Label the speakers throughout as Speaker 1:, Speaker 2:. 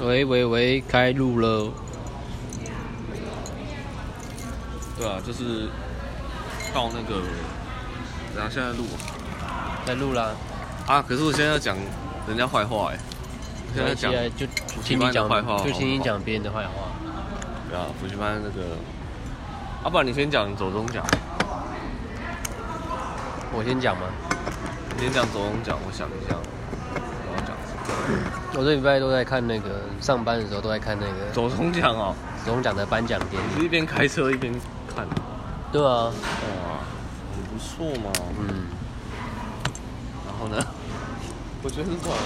Speaker 1: 喂喂喂，开录了。
Speaker 2: 对啊，就是到那个，然后现在录啊
Speaker 1: 在录啦，
Speaker 2: 啊，可是我现在要讲人家坏话哎、现在
Speaker 1: 没关系
Speaker 2: 讲
Speaker 1: 啊就就听
Speaker 2: 补习班
Speaker 1: 你
Speaker 2: 的
Speaker 1: 讲
Speaker 2: 坏话，
Speaker 1: 就听你
Speaker 2: 好不好
Speaker 1: 讲别人的坏话。
Speaker 2: 对啊，补习班那个，啊，不然你先讲走中奖，
Speaker 1: 我先讲嘛，
Speaker 2: 你先讲走中奖，我想一下，我要讲什么
Speaker 1: 我这礼拜都在看那个，上班的时候都在看那个
Speaker 2: 走中奖哦，
Speaker 1: 总奖的颁奖典礼。
Speaker 2: 你是一边开车一边看，
Speaker 1: 对啊，
Speaker 2: 哇，很不错嘛。
Speaker 1: 嗯，
Speaker 2: 然后呢，我觉得很好。啊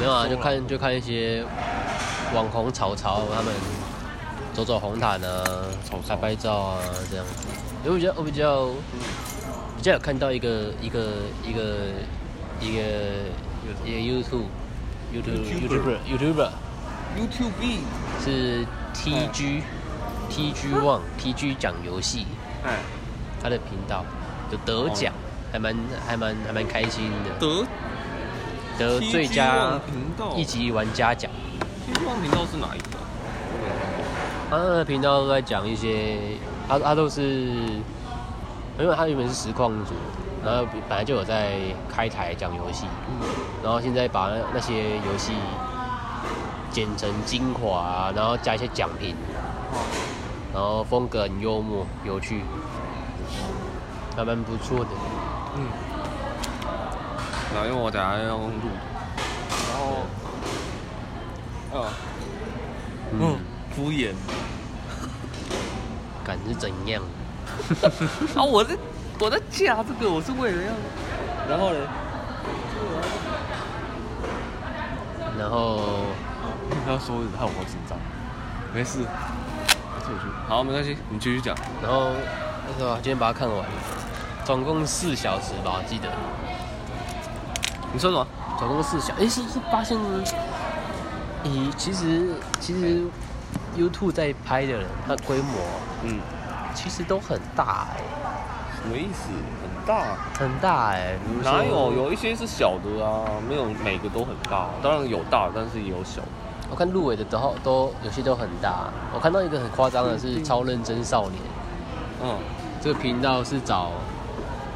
Speaker 1: 没有啊，就
Speaker 2: 送了
Speaker 1: 看就看一些网红草草他们走走红毯啊
Speaker 2: 草，草
Speaker 1: 拍拍照啊这样子。因为我比较我比较比较有看到一个一个一个一个一个 YouTube YouTube
Speaker 2: YouTuber
Speaker 1: YouTuber YouTuber。
Speaker 2: YouTube，
Speaker 1: 是 TG TG One TG 讲游戏
Speaker 2: 哎，
Speaker 1: 他的频道就得奖，还蛮还蛮还蛮开心的，
Speaker 2: 得
Speaker 1: 得
Speaker 2: TG
Speaker 1: 最佳
Speaker 2: 望频道，
Speaker 1: 一级玩家奖。
Speaker 2: 希望频道是哪一个？
Speaker 1: 他的频道都在讲一些，他他都是，因为他原本是实况组，然后本来就有在开台讲游戏，
Speaker 2: 嗯
Speaker 1: 然后现在把那那些游戏剪成精华啊、然后加一些奖品，哦然后风格很幽默有趣，还蛮不错的。
Speaker 2: 嗯，然后因为我等下要用录，然后，嗯
Speaker 1: 嗯，，
Speaker 2: 敷衍。
Speaker 1: 感是怎样？
Speaker 2: 啊，我在我在架这个，我是为了要， 然后呢，
Speaker 1: 然后
Speaker 2: 他要说害我好紧张，没事，这我去，好，没关系，你继续讲。
Speaker 1: 然后那时候今天把它看完了，总共四小时吧，我记得。
Speaker 2: 你说什么？
Speaker 1: 总共四小，哎、是不是发现？咦，其实其实 YouTube 在拍的人，它规模
Speaker 2: 嗯，
Speaker 1: 其实都很大哎、
Speaker 2: 什么意思？很大？
Speaker 1: 很大哎、比如说
Speaker 2: 哪有？有一些是小的啊，没有每个都很大，当然有大，但是也有小的。
Speaker 1: 我看入围的都好都有些都很大。我看到一个很夸张的是《
Speaker 2: 嗯
Speaker 1: 超认真少年
Speaker 2: 嗯，》
Speaker 1: 这个频道是找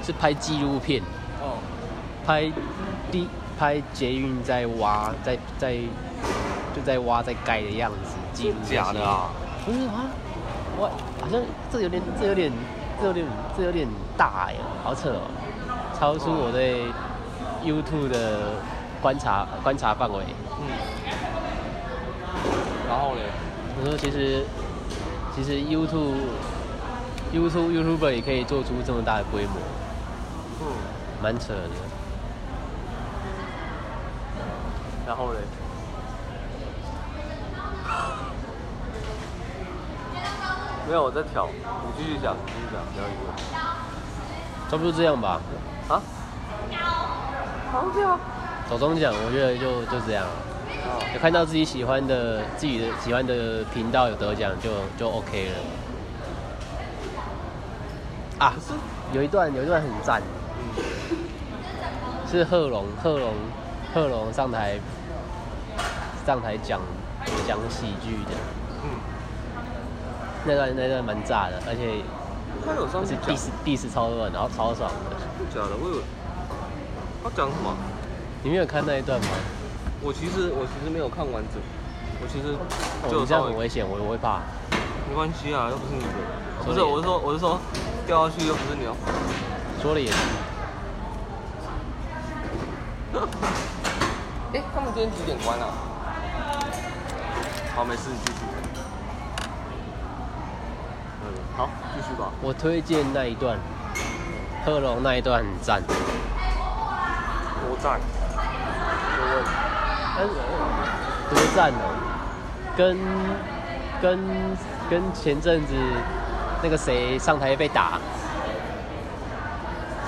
Speaker 1: 是拍纪录片，
Speaker 2: 哦，
Speaker 1: 拍地拍捷运在挖在在就在挖在盖的样子，记录那些
Speaker 2: 假的啊？
Speaker 1: 不是啊，我好像这有点，这有点，这有点，这有点大呀，好扯哦，超出我对 YouTube 的观察观察范围。
Speaker 2: 嗯，然后嘞，
Speaker 1: 我说其实其实 YouTube YouTube YouTuber 也可以做出这么大的规模，
Speaker 2: 嗯，
Speaker 1: 蛮扯的。
Speaker 2: 然后嘞，没有我在挑，你继续讲，继续讲，不要疑
Speaker 1: 差不多这样吧，
Speaker 2: 问啊，好屌，
Speaker 1: 走中奖我觉得就就这样了。
Speaker 2: 啊，
Speaker 1: 有看到自己喜欢的自己的喜欢的频道有得奖就就 OK 了。啊，有一段有一段很赞，是贺龙贺龙贺龙上台上台讲讲喜剧的
Speaker 2: 嗯，
Speaker 1: 那段那段蛮炸的，而且
Speaker 2: 他有上
Speaker 1: 就是
Speaker 2: 次讲
Speaker 1: diss diss 超多人，然后超爽的。
Speaker 2: 假的，我有，他讲什么？
Speaker 1: 你没有看那一段吗？
Speaker 2: 我其实我其实没有看完整，我其实
Speaker 1: 哦，
Speaker 2: 就
Speaker 1: 你这样
Speaker 2: 稍微
Speaker 1: 很危险，我我会怕。
Speaker 2: 没关系啊，又不是你的，啊不
Speaker 1: 说
Speaker 2: 是，
Speaker 1: 你
Speaker 2: 我是说我是说掉下去又不是你的，哦
Speaker 1: 说了也是，
Speaker 2: 哎，他们今天几点关啊？好，没事，你继续。嗯，好，继续吧。
Speaker 1: 我推荐那一段贺龙那一段很赞。
Speaker 2: 多赞。我
Speaker 1: 但是多赞哦、跟跟跟前阵子那个谁上台被打，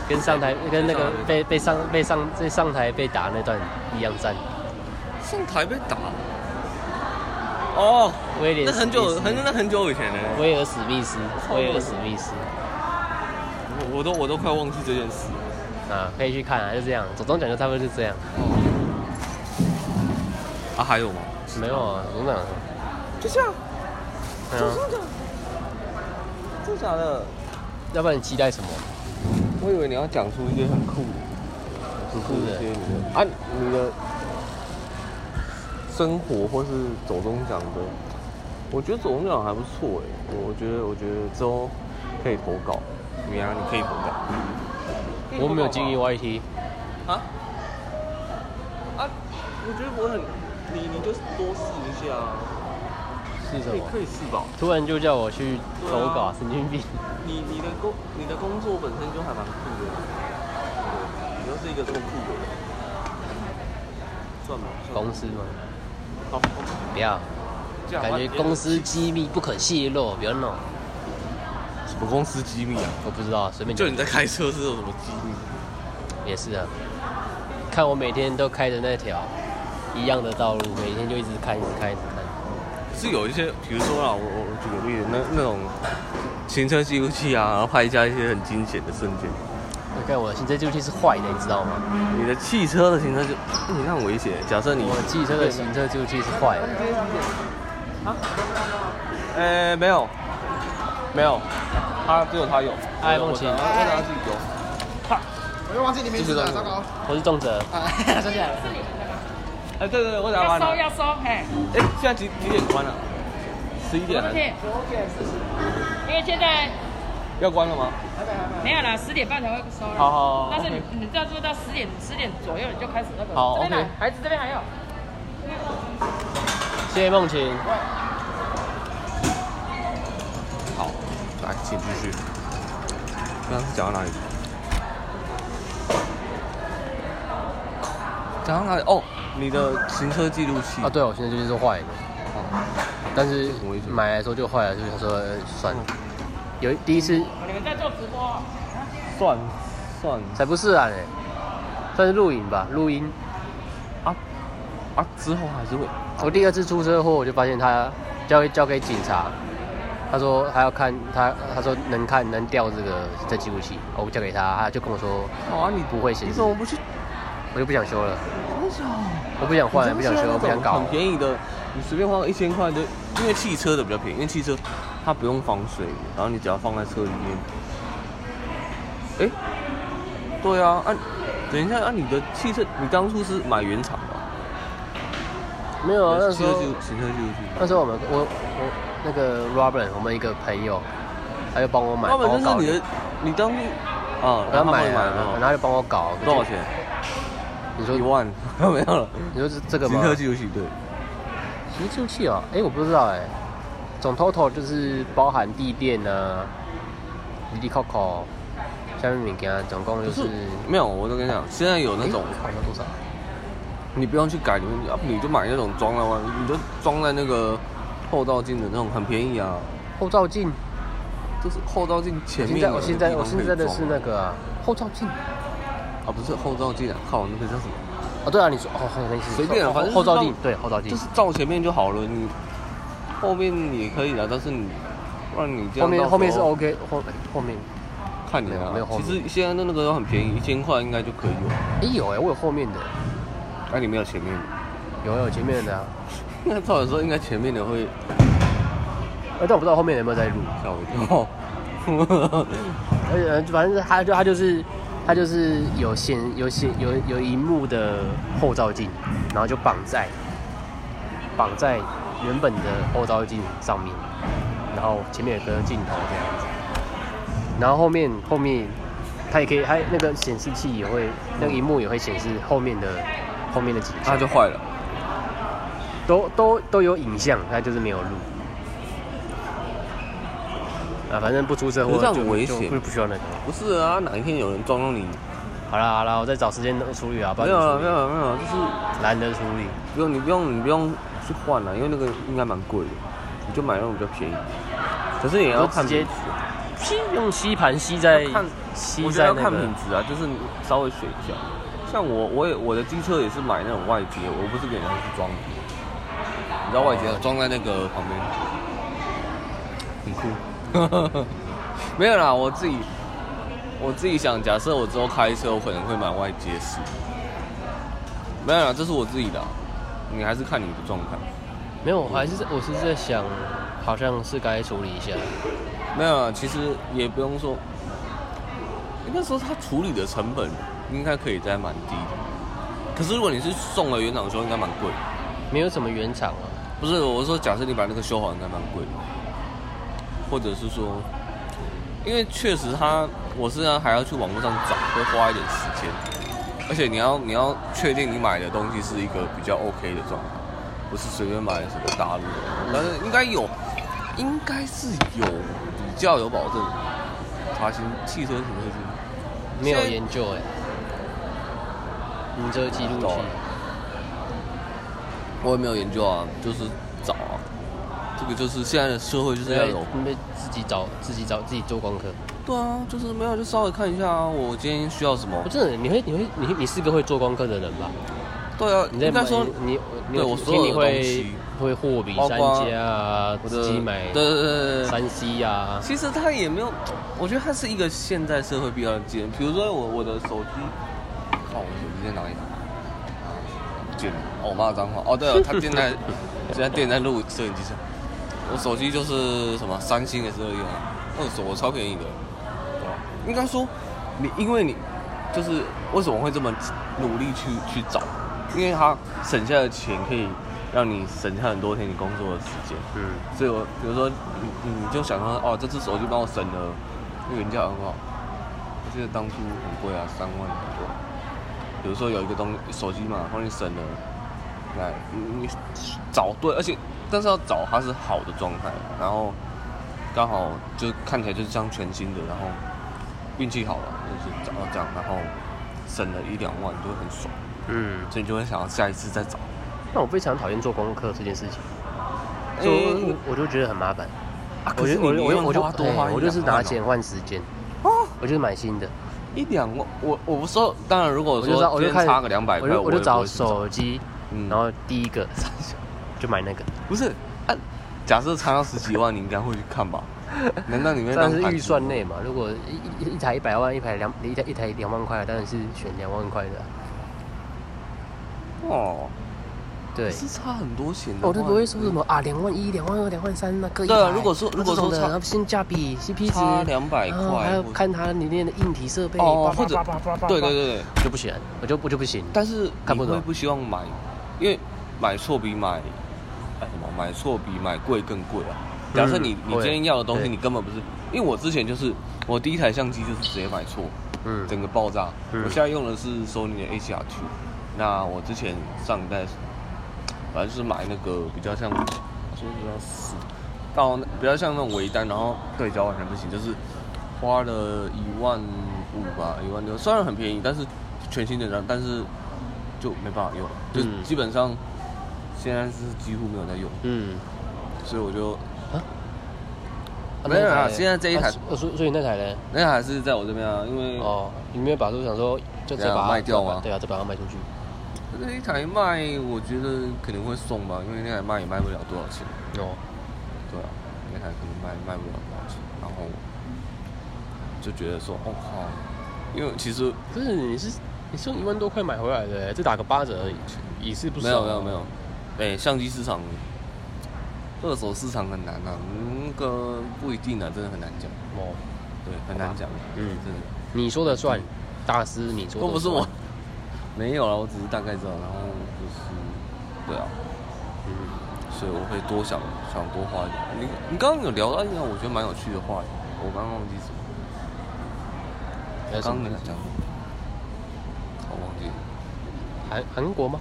Speaker 1: 跟上台
Speaker 2: 哎
Speaker 1: 跟那个被被上被上被上台被打那段一样赞。
Speaker 2: 问上台被打。哦，
Speaker 1: 威廉
Speaker 2: 那很久
Speaker 1: 史密斯
Speaker 2: 很那很久以前呢，
Speaker 1: 威尔史密斯，威尔史密斯
Speaker 2: 我我都我都快忘记这件事。
Speaker 1: 啊，可以去看啊，就这样，总中奖就差不多是这样。
Speaker 2: 哦。啊，还有吗？
Speaker 1: 没有啊，真的啊，
Speaker 2: 就这样，
Speaker 1: 对
Speaker 2: 就
Speaker 1: 啊
Speaker 2: 这样，真的假的？
Speaker 1: 要不然你期待什么？
Speaker 2: 我以为你要讲出一些很酷的，
Speaker 1: 很酷
Speaker 2: 一些
Speaker 1: 的，
Speaker 2: 你的啊，你的生活或是走中奖的，我觉得走中奖还不错哎、我我觉得我觉得之后可以投稿，怎么样？你可以投稿，嗯
Speaker 1: 我没有经营 YT，
Speaker 2: 啊啊！我觉得我很，你你就多试一下啊，
Speaker 1: 是什
Speaker 2: 可以
Speaker 1: 么？
Speaker 2: 可以试吧。
Speaker 1: 突然就叫我去投
Speaker 2: 对
Speaker 1: 稿
Speaker 2: 啊，
Speaker 1: 神经病！
Speaker 2: 你你的工你的工作本身就还蛮酷的，对，你又是一个这么酷的人，算吧，算吧
Speaker 1: 公司吗？
Speaker 2: 好
Speaker 1: 不要，
Speaker 2: 这样啊
Speaker 1: 感觉公司机密不可泄露，不要弄。
Speaker 2: 什么公司机密啊？
Speaker 1: 我不知道，随便
Speaker 2: 就
Speaker 1: 讲
Speaker 2: 你在开车是有什么机密？
Speaker 1: 也是啊。看我每天都开着那条一样的道路，每天就一直看，一直看，一直看。
Speaker 2: 是有一些，比如说啊，我我我举个例子，那那种行车记录器啊，然后拍下一些很惊险的瞬间。
Speaker 1: 我看我的行车记录器是坏的，你知道吗？
Speaker 2: 你的汽车的行车就，你那很危险。假设你
Speaker 1: 我汽车的行车记录器是坏的，
Speaker 2: 啊？呃，没有，没有，他只有他有。
Speaker 1: 哎梦琪
Speaker 2: 我拿我拿自己有。
Speaker 3: 我又忘记你名字了，
Speaker 2: 就是
Speaker 3: 糟 糕！
Speaker 1: 我是重责，
Speaker 3: 啊，想起来了，
Speaker 2: 哎，对对对，我拿
Speaker 4: 要
Speaker 2: 完
Speaker 4: 收
Speaker 2: 了。
Speaker 4: 要收，嘿，
Speaker 2: 哎，现在几几点关了？十一点
Speaker 4: 我
Speaker 2: 还
Speaker 4: 这
Speaker 2: 是？
Speaker 4: 边因为现在
Speaker 2: 要关了吗？
Speaker 4: 没有啦，十点半才会收了。
Speaker 2: 好好好
Speaker 4: 但是你
Speaker 2: OK
Speaker 4: 你这样做到十点十点左右你就开始那个。
Speaker 2: 好
Speaker 4: 这边来
Speaker 2: OK
Speaker 4: 孩子这边还有。
Speaker 1: 谢谢梦晴。
Speaker 2: 好，来，请继续。刚刚是讲到哪里？讲到哪里？哦，你的行车记录器
Speaker 1: 啊，，对，我行车记录器是坏的，哦但是
Speaker 2: 很危险
Speaker 1: 买来的时候就坏了，所以他说呃算了。有一第一次
Speaker 4: 你们在做直播哦？
Speaker 2: 算算
Speaker 1: 才不是啊，嘞，算是录影吧，录音。
Speaker 2: 啊啊，之后还是会
Speaker 1: 我第二次出车祸，我就发现他交给交给警察，他说还要看他，他说能看能调这个这记录器，我交给他，他就跟我说
Speaker 2: 好啊，你
Speaker 1: 不会显
Speaker 2: 你
Speaker 1: 示
Speaker 2: 怎，么不去？
Speaker 1: 我就不想修了，
Speaker 2: 为什么？
Speaker 1: 我不想换了，不
Speaker 2: 你
Speaker 1: 想
Speaker 2: 知道
Speaker 1: 修了，
Speaker 2: 现在那
Speaker 1: 不想
Speaker 2: 种
Speaker 1: 搞
Speaker 2: 很。便宜的，你随便花一千块就，因为汽车的比较便宜，因为汽车它不用防水，然后你只要放在车里面。哎、对啊，啊，等一下，啊，你的汽车，你当初是买原厂的、
Speaker 1: 没有啊，那时
Speaker 2: 汽车
Speaker 1: 候
Speaker 2: 记录，行车记录器。
Speaker 1: 那时候我们我我那个 Robert，我们一个朋友，他就帮我买，
Speaker 2: 那
Speaker 1: 帮我
Speaker 2: 本
Speaker 1: 搞
Speaker 2: 就是
Speaker 1: 的，
Speaker 2: 你的，你当初啊，
Speaker 1: 我
Speaker 2: 然
Speaker 1: 他
Speaker 2: 后他帮
Speaker 1: 买
Speaker 2: 你买哦
Speaker 1: 了，然后
Speaker 2: 了
Speaker 1: 他就帮我搞。
Speaker 2: 多少？钱？
Speaker 1: 你
Speaker 2: 一
Speaker 1: 说
Speaker 2: 万， 没有了。
Speaker 1: 你说是这个吗
Speaker 2: 行？车记录器对，
Speaker 1: 行车器哦，哎、我不知道哎、总 total 就是包含地垫啊，滴滴扣扣，下面物件总共就
Speaker 2: 就是
Speaker 1: 是哎
Speaker 2: 没有，我都跟你讲，现在有那种。
Speaker 1: 好像多少？
Speaker 2: 你不用去改，你们啊你就买那种装在外面，你就装在那个后照镜的那种，很便宜啊。
Speaker 1: 后照镜，
Speaker 2: 就是后照镜前
Speaker 1: 现
Speaker 2: 面
Speaker 1: 在
Speaker 2: 有
Speaker 1: 我
Speaker 2: 个地
Speaker 1: 现
Speaker 2: 方
Speaker 1: 在
Speaker 2: 可以装啊。
Speaker 1: 我现在的是那个、啊、后照镜啊，
Speaker 2: 啊，不是后照镜啊，靠，那个叫什么？
Speaker 1: 对啊，你说哦，好像是
Speaker 2: 随便啊
Speaker 1: 后
Speaker 2: 反正
Speaker 1: 后照
Speaker 2: 就
Speaker 1: 镜
Speaker 2: 是，
Speaker 1: 对后照镜
Speaker 2: 就，是照前面就好了，你后面也可以啊，但是你不然你这
Speaker 1: 后
Speaker 2: 样到时
Speaker 1: 面
Speaker 2: 候
Speaker 1: 后面是 OK，后后面，
Speaker 2: 看你啊
Speaker 1: 没有没有后。面嗯
Speaker 2: 其实现在的那个都很便宜，一千块应该就可以了。
Speaker 1: 哎、有哎、我有后面的，
Speaker 2: 那、你没有前面的，
Speaker 1: 有有前面的啊，
Speaker 2: 那照理说应该前面的会
Speaker 1: 哎、但我不知道后面有没有在录，
Speaker 2: 吓我一 跳。
Speaker 1: 而且呃反正它就它就是它就是有显有显有有荧幕的后照镜，然后就绑在绑在原本的后照镜上面，然后前面有个镜头这样子，然后后面后面它也可以，它那个显示器也会那个荧幕也会显示后面的后面的景
Speaker 2: 那
Speaker 1: 象，
Speaker 2: 就坏了。
Speaker 1: 都都都有影像，它就是没有录。啊，反正不出车祸
Speaker 2: 可是这样
Speaker 1: 就
Speaker 2: 很危
Speaker 1: 就
Speaker 2: 险
Speaker 1: 不不需要那个。
Speaker 2: 不是啊，哪一天有人撞到你？
Speaker 1: 好啦好啦，我再找时间处理啊，不
Speaker 2: 没
Speaker 1: 然
Speaker 2: 有
Speaker 1: 怎么处
Speaker 2: 了，没
Speaker 1: 理
Speaker 2: 有了，没有了，就是
Speaker 1: 懒得处理。
Speaker 2: 不用，你不用，你不用去换啊了，因为那个应该蛮贵的，你就买那种比较便宜。可是也要看
Speaker 1: 直接啊
Speaker 2: 品质
Speaker 1: 吸用吸盘吸在
Speaker 2: 要看
Speaker 1: 吸
Speaker 2: 我觉得
Speaker 1: 在
Speaker 2: 要
Speaker 1: 那
Speaker 2: 看
Speaker 1: 个
Speaker 2: 品，质啊，就是你稍微选一下。像我，我也我的机车也是买那种外接，我不是给人家去装的。你知道外接啊
Speaker 1: 哦
Speaker 2: 装在那个旁边，很酷。 没有啦，我自己我自己想，假设我之后开车，我可能会买外接式。没有啦，这是我自己的啊、你还是看你的状态。
Speaker 1: 没有，我还是我是在想，好像是该处理一下。
Speaker 2: 没有啊，其实也不用说，应该说它处理的成本应该可以再蛮低的。可是如果你是送了原厂修，应该蛮贵。
Speaker 1: 没有什么原厂啊，
Speaker 2: 不是，我是说假设你把那个修好，应该蛮贵的。或者是说，因为确实它，我是要还要去网络上找，会花一点时间。而且你要你要确定你买的东西是一个比较 OK 的状态，不是随便买什么大陆的，但是应该有，应该是有比较有保证。查询汽车什么的，
Speaker 1: 没有
Speaker 2: 现在
Speaker 1: 研究哎、你这个记录
Speaker 2: 不知道
Speaker 1: 器
Speaker 2: 欸我也没有研究啊，就是找啊。这个就是现在的社会就是要有
Speaker 1: 你被自己找自己找自己做功课。
Speaker 2: 对啊，就是没有就稍微看一下啊，我今天需要什么
Speaker 1: 我？真的，你会你会你你是个会做功课的人吧？
Speaker 2: 对啊，
Speaker 1: 你在
Speaker 2: 应该说
Speaker 1: 你你
Speaker 2: 对
Speaker 1: 有
Speaker 2: 我所
Speaker 1: 听
Speaker 2: 有
Speaker 1: 你
Speaker 2: 的东
Speaker 1: 会
Speaker 2: 西
Speaker 1: 会货比
Speaker 2: 包
Speaker 1: 三
Speaker 2: 括
Speaker 1: 家啊，
Speaker 2: 我的
Speaker 1: 自己买
Speaker 2: 对对对对对。
Speaker 1: 三 C 啊，
Speaker 2: 其实它也没有，我觉得它是一个现代社会必要的技能。比如说我我的手机，靠，我手机在哪里？不见了，啊哦，我骂脏话。哦，对了，他现在现在店在录摄影机上。我手机就是什么三星的时候用啊，二手我超便宜的。对吧应该说，你因为你就是为什么会这么努力去去找？因为它省下的钱可以让你省下很多天你工作的时间。
Speaker 1: 嗯，
Speaker 2: 所以我比如说你你就想说哦，这只手机帮我省了，那原价很好。我记得当初很贵啊，三万多。比如说有一个东手机嘛，帮你省了，来你你找对，而且但是要找它是好的状态，然后刚好就看起来就是这样全新的，然后运气好了就是找到这样，然后省了一两万就会很爽，
Speaker 1: 嗯，
Speaker 2: 所以你就会想要下一次再找。
Speaker 1: 那我非常讨厌做功课这件事情，
Speaker 2: 诶
Speaker 1: 所以哎我我就觉得很麻烦。
Speaker 2: 啊，可
Speaker 1: 我
Speaker 2: 是
Speaker 1: 就
Speaker 2: 你
Speaker 1: 我
Speaker 2: 你
Speaker 1: 就我就
Speaker 2: 用
Speaker 1: 我就
Speaker 2: 花多花
Speaker 1: 哎
Speaker 2: 一
Speaker 1: 我就是
Speaker 2: 两万
Speaker 1: 拿
Speaker 2: 哦
Speaker 1: 钱换时间，
Speaker 2: 哦。
Speaker 1: 我就是买新的，
Speaker 2: 一两万，我我不说，当然如果
Speaker 1: 我就
Speaker 2: 说
Speaker 1: 找我就
Speaker 2: 今天
Speaker 1: 看
Speaker 2: 差个两百
Speaker 1: 我
Speaker 2: 块，
Speaker 1: 就我就
Speaker 2: 也不
Speaker 1: 找
Speaker 2: 会去找，
Speaker 1: 手机，
Speaker 2: 嗯
Speaker 1: 然后第一 个就买那个，
Speaker 2: 不是啊，假设差到十几万，你应该会去看吧？难道你会
Speaker 1: 但
Speaker 2: 当
Speaker 1: 是
Speaker 2: 看
Speaker 1: 预
Speaker 2: 书
Speaker 1: 算
Speaker 2: 吗
Speaker 1: 内嘛，如果一一一台一百万，一台两一台一台两万块，当然是选两万块的啊，
Speaker 2: 哦，
Speaker 1: 对。
Speaker 2: 是差很多钱的话。
Speaker 1: 我哦都不会说什么啊，两万一、两万二、两万三那各一
Speaker 2: 对啊
Speaker 1: 台
Speaker 2: 如果说如果
Speaker 1: 这种
Speaker 2: 说
Speaker 1: 的
Speaker 2: 差
Speaker 1: 然后性价比、CP 值
Speaker 2: 差200
Speaker 1: 然后
Speaker 2: 块
Speaker 1: 啊还要
Speaker 2: 或者
Speaker 1: 看它里面的硬体设备，
Speaker 2: 哦，
Speaker 1: 叭
Speaker 2: 或
Speaker 1: 叭
Speaker 2: 者
Speaker 1: 叭叭叭叭
Speaker 2: 对对对对，
Speaker 1: 就不行，我就我就不行。
Speaker 2: 但是
Speaker 1: 看
Speaker 2: 你
Speaker 1: 不
Speaker 2: 会
Speaker 1: 懂
Speaker 2: 不希望买，因为买错比买哎什么买错比买贵更贵啊。假设你、
Speaker 1: 嗯
Speaker 2: 你今天要的东
Speaker 1: 对
Speaker 2: 西，你根本不是，因为我之前就是我第一台相机就是直接买错，
Speaker 1: 嗯，
Speaker 2: 整个爆炸。
Speaker 1: 嗯
Speaker 2: 我现在用的是 Sony 的 A7R 2那我之前上一代是反正就是买那个比较像，说比较死，到那比较像那种微单，然后对焦完全不行，就是花了一万五吧，一万六，虽然很便宜，但是全新的，然后但是就没办法用，就
Speaker 1: 嗯
Speaker 2: 基本上现在是几乎没有在用，
Speaker 1: 嗯，
Speaker 2: 所以我就
Speaker 1: 啊
Speaker 2: 没有啊
Speaker 1: 那台
Speaker 2: 现在这一台
Speaker 1: 啊所所以所以那台呢？
Speaker 2: 那还是在我这边啊，因为
Speaker 1: 哦，你没有把都想说就直接
Speaker 2: 怎样
Speaker 1: 把它
Speaker 2: 卖掉吗
Speaker 1: 对啊，就把它卖出去。
Speaker 2: 那一台卖，我觉得肯定会送吧，因为那台卖也卖不了多少钱。
Speaker 1: 哦，
Speaker 2: 对啊，那台可能卖卖不了多少钱，然后就觉得说，我、靠，因为其实
Speaker 1: 不是，你是你是用一万多块买回来的，这打个八折而已，也是不
Speaker 2: 没
Speaker 1: 少。啊
Speaker 2: 有没有没有，，哎、相机市场二手市场很难啊，那个不一定啊，真的很难讲，
Speaker 1: 哦，
Speaker 2: 对，很难讲，
Speaker 1: 嗯
Speaker 2: 真的
Speaker 1: 你说的算，大师你说的
Speaker 2: 都不是我
Speaker 1: 算，
Speaker 2: 没有啊，我只是大概知道，然后就是对啊，
Speaker 1: 嗯。
Speaker 2: 所以我会多想想多花一点。你你刚刚有聊到一个我觉得蛮有趣的话题，我刚刚忘记什么，
Speaker 1: 还有什
Speaker 2: 刚
Speaker 1: 么
Speaker 2: 刚讲，我忘记了。
Speaker 1: 韩韩国吗？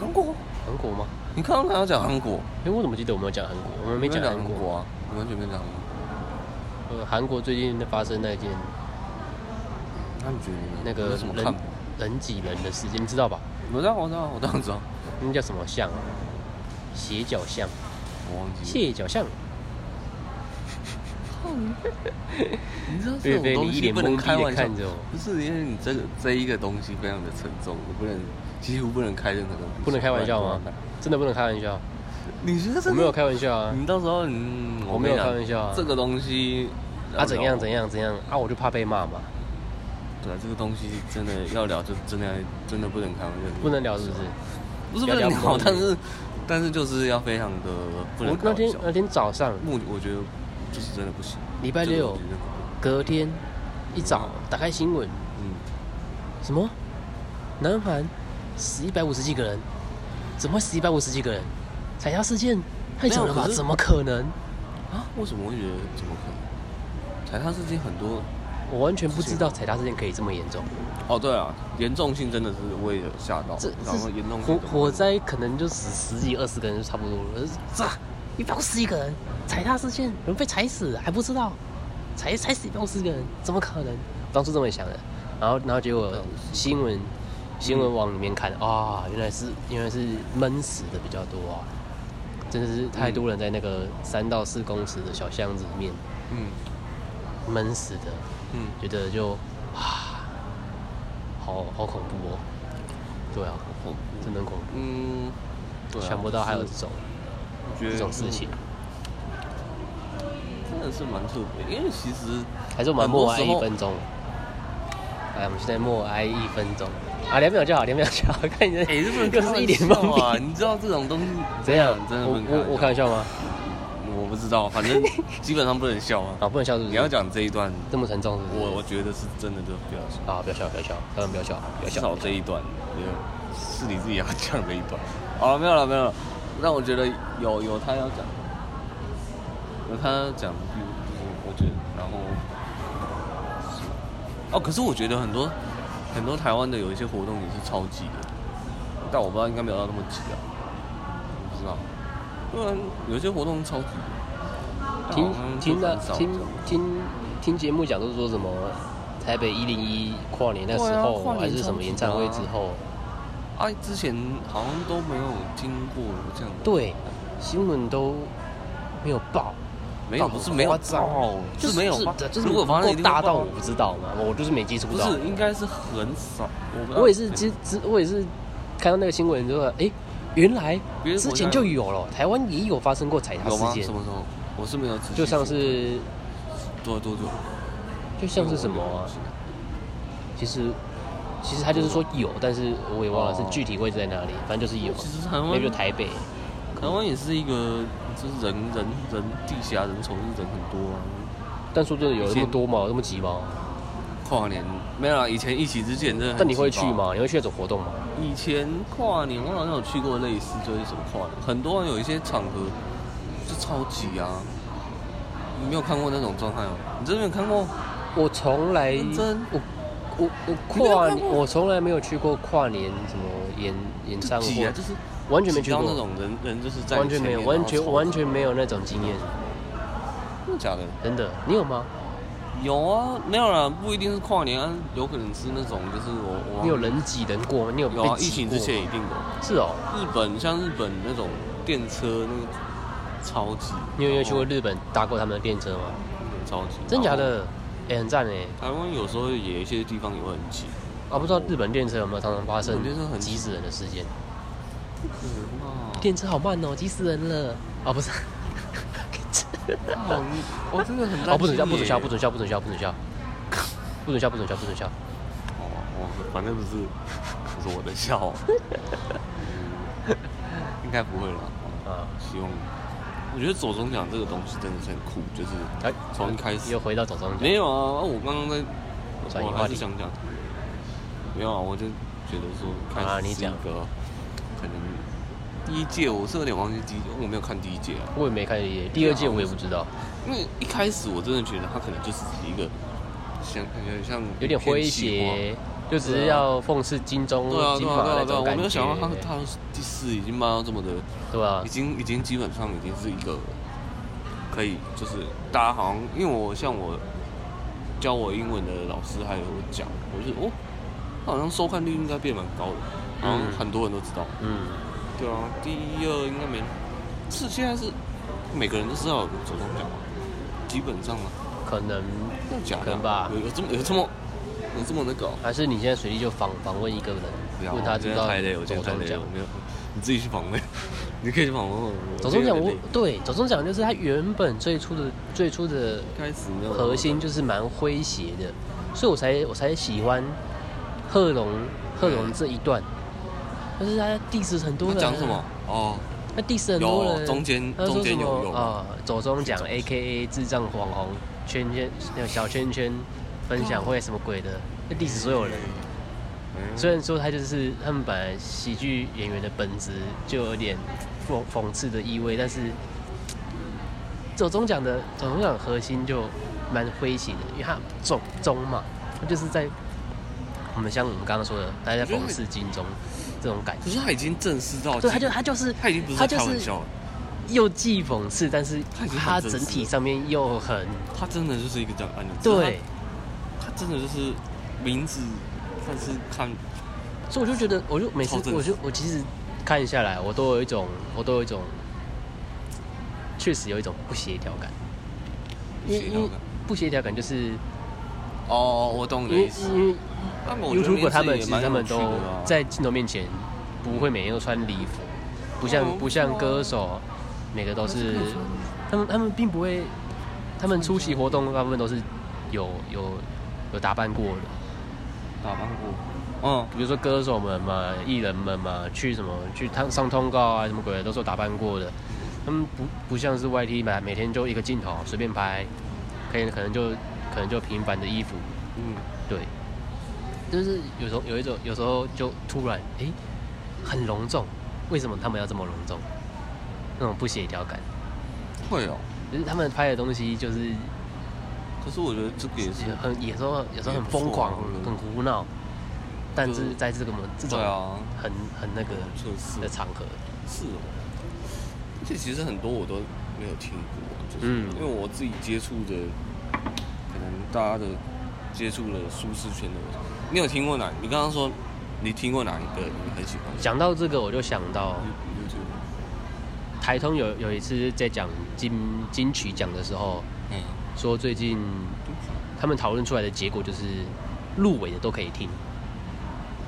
Speaker 2: 韩国？
Speaker 1: 韩国吗？
Speaker 2: 你刚刚要讲韩国？
Speaker 1: 哎，我怎么记得我们有讲韩国？我们没讲
Speaker 2: 讲
Speaker 1: 韩
Speaker 2: 韩
Speaker 1: 国。
Speaker 2: 国啊，你完全没讲韩国。
Speaker 1: 呃，韩国最近发生那件
Speaker 2: 那你觉得呢
Speaker 1: 那
Speaker 2: 你
Speaker 1: 个
Speaker 2: 有什么看
Speaker 1: 人
Speaker 2: 法？
Speaker 1: 人挤人的事件，你知道吧？
Speaker 2: 我知道，我知道，我当然知道，
Speaker 1: 那叫什么像啊？斜角巷、
Speaker 2: 嗯我忘记了。
Speaker 1: 蟹脚巷，
Speaker 2: 你知道这
Speaker 1: 贝
Speaker 2: 种
Speaker 1: 贝，
Speaker 2: 东
Speaker 1: 你一
Speaker 2: 西
Speaker 1: 脸
Speaker 2: 不
Speaker 1: 懵
Speaker 2: 能开
Speaker 1: 逼的
Speaker 2: 玩笑
Speaker 1: 看，着我，
Speaker 2: 不是因为你这个这一个东西非常的沉重，你不能几乎不能开任何东西，
Speaker 1: 不能开玩笑吗
Speaker 2: 不然？
Speaker 1: 真的不能开玩笑，
Speaker 2: 你觉得这
Speaker 1: 我
Speaker 2: 个
Speaker 1: 没有？开玩笑啊！
Speaker 2: 你到时候嗯，
Speaker 1: 我没有
Speaker 2: 跟你讲
Speaker 1: 开玩笑啊
Speaker 2: 这个东西
Speaker 1: 啊，怎样怎
Speaker 2: 样？
Speaker 1: 样怎样啊，我就怕被骂嘛，
Speaker 2: 对啊，这个东西真的要聊，就真的真的不能开玩笑，
Speaker 1: 不能聊是不是？
Speaker 2: 不是
Speaker 1: 不
Speaker 2: 不
Speaker 1: 要
Speaker 2: 能
Speaker 1: 聊不
Speaker 2: 聊，
Speaker 1: 能
Speaker 2: 但是但是就是要非常的不能
Speaker 1: 我那
Speaker 2: 搞
Speaker 1: 天
Speaker 2: 笑。
Speaker 1: 那天早上
Speaker 2: 目我觉得就是真的不行。
Speaker 1: 礼拜
Speaker 2: 这个
Speaker 1: 六
Speaker 2: 我觉得
Speaker 1: 隔天一早打开新闻，
Speaker 2: 嗯，
Speaker 1: 什么？南韩死一百五十几个人，怎么会死一百五十几个人？踩下事件太久了
Speaker 2: 没有
Speaker 1: 吧？
Speaker 2: 可是
Speaker 1: 怎么可能？
Speaker 2: 啊，为什么会觉得怎么可能？踩踏事件很多
Speaker 1: 我完全不知道踩踏事件可以这么严重。
Speaker 2: 哦，对啊，严重性真的是我也有吓到，
Speaker 1: 这
Speaker 2: 然后严重
Speaker 1: 火
Speaker 2: 性
Speaker 1: 火灾可能就死十几二十个人就差不多了，这一百五十一个人踩踏事件，有人被踩死还不知道，踩踩死一百五十个人，怎么可能？当初这么想的，然后然后结果新
Speaker 2: 嗯
Speaker 1: 闻新闻往里面看啊、原来是原来是闷死的比较多啊，真的是太多人在那个三到四公尺的小巷子里面
Speaker 2: 嗯
Speaker 1: 闷死的，
Speaker 2: 嗯，
Speaker 1: 觉得就啊，好好恐怖哦，对啊，
Speaker 2: 恐怖
Speaker 1: 真的很恐怖。
Speaker 2: 嗯，对啊
Speaker 1: 想不到还有
Speaker 2: 就是
Speaker 1: 这种
Speaker 2: 我觉得
Speaker 1: 这种事情，
Speaker 2: 真的是蛮特别，因为其实
Speaker 1: 还是我们默哀一分钟。哎，我们现在默哀一分钟，啊，两秒就好，两秒就好。 看你的，
Speaker 2: 哎、 这不能
Speaker 1: 又
Speaker 2: 开
Speaker 1: 是
Speaker 2: 玩
Speaker 1: 一脸
Speaker 2: 笑
Speaker 1: 懵
Speaker 2: 啊！
Speaker 1: 逼，
Speaker 2: 你知道这种东西
Speaker 1: 怎样？
Speaker 2: 真的不
Speaker 1: 我
Speaker 2: 能
Speaker 1: 我我开
Speaker 2: 开玩
Speaker 1: 玩笑吗？
Speaker 2: 我不知道，反正基本上不能笑啊。
Speaker 1: 啊，不能笑是不是？
Speaker 2: 你要讲这一段，
Speaker 1: 这么沉重是不是？
Speaker 2: 我我觉得是真的就不要笑，
Speaker 1: 啊，不要笑，不要笑，当然不要笑，不要嗯笑。
Speaker 2: 至少这一段，没有是你自己要讲的一段。好了，没有了，没有了。让我觉得有有他要讲，有他讲的地方，我我觉得，然后是哦，可是我觉得很多很多台湾的有一些活动也是超级的，但我不知道应该没有到那么挤啊，我不知道，不然有些活动超级的，但好像
Speaker 1: 听听
Speaker 2: 就
Speaker 1: 到
Speaker 2: 很少
Speaker 1: 听
Speaker 2: 这样
Speaker 1: 听听节目讲都是说什么台北一零一跨年那时
Speaker 2: 对啊
Speaker 1: 候
Speaker 2: 跨
Speaker 1: 还
Speaker 2: 年
Speaker 1: 是什么
Speaker 2: 超级
Speaker 1: 演唱会
Speaker 2: 的啊
Speaker 1: 之后，
Speaker 2: 啊，之前好像都没有听过有这样的，
Speaker 1: 对新闻都没有报。
Speaker 2: 没有，不是没有
Speaker 1: 夸张
Speaker 2: 爆，
Speaker 1: 就是
Speaker 2: 没有
Speaker 1: 是
Speaker 2: 爆，
Speaker 1: 就是
Speaker 2: 如果发生
Speaker 1: 够
Speaker 2: 一定会
Speaker 1: 大到我
Speaker 2: 爆
Speaker 1: 不知道嘛，我就是没接触
Speaker 2: 不
Speaker 1: 到。
Speaker 2: 是，应该是很少。我不知道
Speaker 1: 我也是
Speaker 2: 怎
Speaker 1: 知知，我也是看到那个新闻之后，哎，原来
Speaker 2: 别的
Speaker 1: 之
Speaker 2: 国家
Speaker 1: 前就有了，台湾也有发生过踩踏
Speaker 2: 有吗？
Speaker 1: 事
Speaker 2: 什
Speaker 1: 件，
Speaker 2: 么时候？我是没有仔细
Speaker 1: 就像
Speaker 2: 注意
Speaker 1: 是
Speaker 2: 多多久？
Speaker 1: 就像是什么啊？其实其实他就是说有，但是我也忘了是
Speaker 2: 哦
Speaker 1: 具体位置在哪里，反正就是有。
Speaker 2: 其实台
Speaker 1: 那
Speaker 2: 湾
Speaker 1: 就台北，
Speaker 2: 台湾也是一个，就是人人人地狭人稠，就是人很多啊。
Speaker 1: 但说真的有
Speaker 2: 以
Speaker 1: 那
Speaker 2: 前
Speaker 1: 么多吗？有那么急吗？
Speaker 2: 跨年没有啦，以前疫情之前真的。
Speaker 1: 但你会去？吗？你会去那种活动吗？
Speaker 2: 以前跨年我好像有去过类似，就是什么跨年，很多人有一些场合就超级啊。你没有看过那种状态吗？你真的没有看过？
Speaker 1: 我从来
Speaker 2: 认真
Speaker 1: 我我我
Speaker 2: 你没有
Speaker 1: 跨
Speaker 2: 看
Speaker 1: 年，
Speaker 2: 过
Speaker 1: 我从来没有去过跨年什么演演唱
Speaker 2: 挤
Speaker 1: 会
Speaker 2: 啊，，就是
Speaker 1: 完全没去
Speaker 2: 挤到
Speaker 1: 过
Speaker 2: 那种人人就是在
Speaker 1: 完全没有，完全完
Speaker 2: 全
Speaker 1: 全没有那种经验，
Speaker 2: 真的假的？
Speaker 1: 真的。你有吗？
Speaker 2: 有啊，没有啦，不一定是跨年啊，有可能是那种就是我我
Speaker 1: 你有人挤人过吗？你有被
Speaker 2: 有啊，疫
Speaker 1: 挤
Speaker 2: 情
Speaker 1: 过
Speaker 2: 之前
Speaker 1: 吗？
Speaker 2: 一定有。
Speaker 1: 是哦，
Speaker 2: 日本像日本那种电车那个超级，
Speaker 1: 你有没有去过
Speaker 2: 然
Speaker 1: 日本搭过他们的电车吗？
Speaker 2: 后超级？
Speaker 1: 真假
Speaker 2: 然
Speaker 1: 的？哎，很赞哎！
Speaker 2: 后？台湾有时候也有一些地方也会很挤，
Speaker 1: 啊，不知道日本电车有没有常常发生
Speaker 2: 日本电车很
Speaker 1: 挤死人的事件？
Speaker 2: 哇
Speaker 1: 电车好慢哦，挤死人了！啊，不是，
Speaker 2: 好你哦我真的很
Speaker 1: 哦，不准笑，不准笑，不
Speaker 2: 准。
Speaker 1: 准笑，不准笑，不准笑，不准笑，不准笑，不准笑。
Speaker 2: 哦，我反正不是，不是我的笑，嗯应该不会了。
Speaker 1: 啊，
Speaker 2: 希望，我觉得左中奖这个东西真的是很酷，就是
Speaker 1: 哎，
Speaker 2: 从一开始
Speaker 1: 又回到早上讲
Speaker 2: 没有啊，我刚刚在，
Speaker 1: 转移
Speaker 2: 我
Speaker 1: 话
Speaker 2: 还
Speaker 1: 题
Speaker 2: 是想讲，没有啊，我就觉得说
Speaker 1: 啊
Speaker 2: 开
Speaker 1: 你
Speaker 2: 始是一
Speaker 1: 讲
Speaker 2: 个，可能第一届我是有点忘记第一届，我没有看第一届啊，
Speaker 1: 我也没看第一届，第二届我也不知道，
Speaker 2: 因为一开始我真的觉得他可能就是一个像有点像
Speaker 1: 有点诙谐，就只是要讽刺金钟
Speaker 2: 对啊
Speaker 1: 金
Speaker 2: 对啊
Speaker 1: 马
Speaker 2: 对啊
Speaker 1: 那
Speaker 2: 对啊，
Speaker 1: 种
Speaker 2: 我
Speaker 1: 感
Speaker 2: 没
Speaker 1: 觉
Speaker 2: 有，想到他他第四已经卖到这么的，
Speaker 1: 对啊吧
Speaker 2: 已？经已经基本上已经是一个可以就是大家好像因为我像我教我英文的老师还有讲，我就哦，他好像收看率应该变蛮高的，然后
Speaker 1: 嗯
Speaker 2: 很多人都知道。
Speaker 1: 嗯，
Speaker 2: 对啊，第一二应该没是现在是每个人都知道有个左中奖吗？基本上啊，
Speaker 1: 可能
Speaker 2: 真的假的啊？
Speaker 1: 可能吧
Speaker 2: 有有这么有这么有这么那个哦、
Speaker 1: 还是你现在随地就访访问一个人，问他知不知道走中奖。
Speaker 2: 没有，你自己去访问， 你可以去访问我。
Speaker 1: 走中
Speaker 2: 今天有
Speaker 1: 奖，
Speaker 2: 点
Speaker 1: 我
Speaker 2: 累
Speaker 1: 对走中奖就是他原本最初的最初的
Speaker 2: 开始没有
Speaker 1: 核心就是蛮诙谐的，所以我才我才喜欢贺龙贺龙这一段，就是他 diss 很多
Speaker 2: 他
Speaker 1: 人啊。
Speaker 2: 讲什么？哦，
Speaker 1: 他那 diss 很多人，
Speaker 2: 有中间
Speaker 1: 他说
Speaker 2: 中间
Speaker 1: 什么
Speaker 2: 有有
Speaker 1: 啊，左中奖 A K A 智障网红圈圈那个小圈圈分享会什么鬼的，那 diss 所有人。
Speaker 2: 嗯
Speaker 1: 虽然说他就是他们本来喜剧演员的本质就有点讽讽刺的意味，但是走中奖的走中奖的核心就蛮诙谐的，因为他中中嘛，他就是在我们像我们刚刚说的，他在讽刺金钟这种感觉。
Speaker 2: 可是他已经正式到，
Speaker 1: 对，他就他就是
Speaker 2: 他已经不是
Speaker 1: 他
Speaker 2: 在
Speaker 1: 就
Speaker 2: 开玩
Speaker 1: 是
Speaker 2: 笑了，
Speaker 1: 又既讽刺，但是
Speaker 2: 他已经很
Speaker 1: 他
Speaker 2: 真
Speaker 1: 整
Speaker 2: 实
Speaker 1: 体
Speaker 2: 了
Speaker 1: 上面又很
Speaker 2: 他真的就是一个这样的案例。只
Speaker 1: 对
Speaker 2: 是，他，他真的就是名字，但是看
Speaker 1: 所以我就觉得，我就每次
Speaker 2: 超真实
Speaker 1: 我就我其实看下来，我都有一种我都有一种确实有一种不协调感，因为
Speaker 2: 不协
Speaker 1: 因
Speaker 2: 调
Speaker 1: 为
Speaker 2: 感
Speaker 1: 不协调感就是
Speaker 2: 哦，我懂你
Speaker 1: 因
Speaker 2: 的
Speaker 1: 为
Speaker 2: 意思。
Speaker 1: 因为
Speaker 2: 但我觉得
Speaker 1: YouTube 他们
Speaker 2: 名
Speaker 1: 其
Speaker 2: 字
Speaker 1: 实
Speaker 2: 也蛮
Speaker 1: 他们
Speaker 2: 有趣
Speaker 1: 都
Speaker 2: 的啊
Speaker 1: 在镜头面前不会每天都穿礼服，不像、
Speaker 2: 哦
Speaker 1: 不像歌手，每个都是他们他们并不会，他们出席活动大部分都是有有有打扮过的，
Speaker 2: 打扮过，嗯，
Speaker 1: 比如说歌手们嘛、艺人们嘛，去什么去上上通告啊什么鬼的都是有打扮过的，他们不不像是 YT 嘛，每天就一个镜头随便拍，可以可能就可能就平凡的衣服，
Speaker 2: 嗯，
Speaker 1: 对，就是有时候有一种，有时候就突然诶，很隆重，为什么他们要这么隆重？那种不协调感，
Speaker 2: 会哦。
Speaker 1: 就是他们拍的东西就是
Speaker 2: 可是我觉得这个也是，
Speaker 1: 很有时候有时候
Speaker 2: 也
Speaker 1: 很
Speaker 2: 不错啊
Speaker 1: 疯狂
Speaker 2: 我觉，得
Speaker 1: 很胡闹，但
Speaker 2: 就是是
Speaker 1: 在这个么这种
Speaker 2: 对啊，
Speaker 1: 很很那个
Speaker 2: 测试
Speaker 1: 的场合，
Speaker 2: 是哦。而且其实很多我都没有听过，就是
Speaker 1: 嗯
Speaker 2: 因为我自己接触的，可能大家的接触的舒适圈的人，你有听过哪？你刚刚说你听过哪一个你很喜欢
Speaker 1: 讲到这个我就想到
Speaker 2: ？YouTube，
Speaker 1: 台通有有一次在讲金金曲奖的时候，
Speaker 2: 嗯，
Speaker 1: 说最近他们讨论出来的结果就是，入围的都可以听，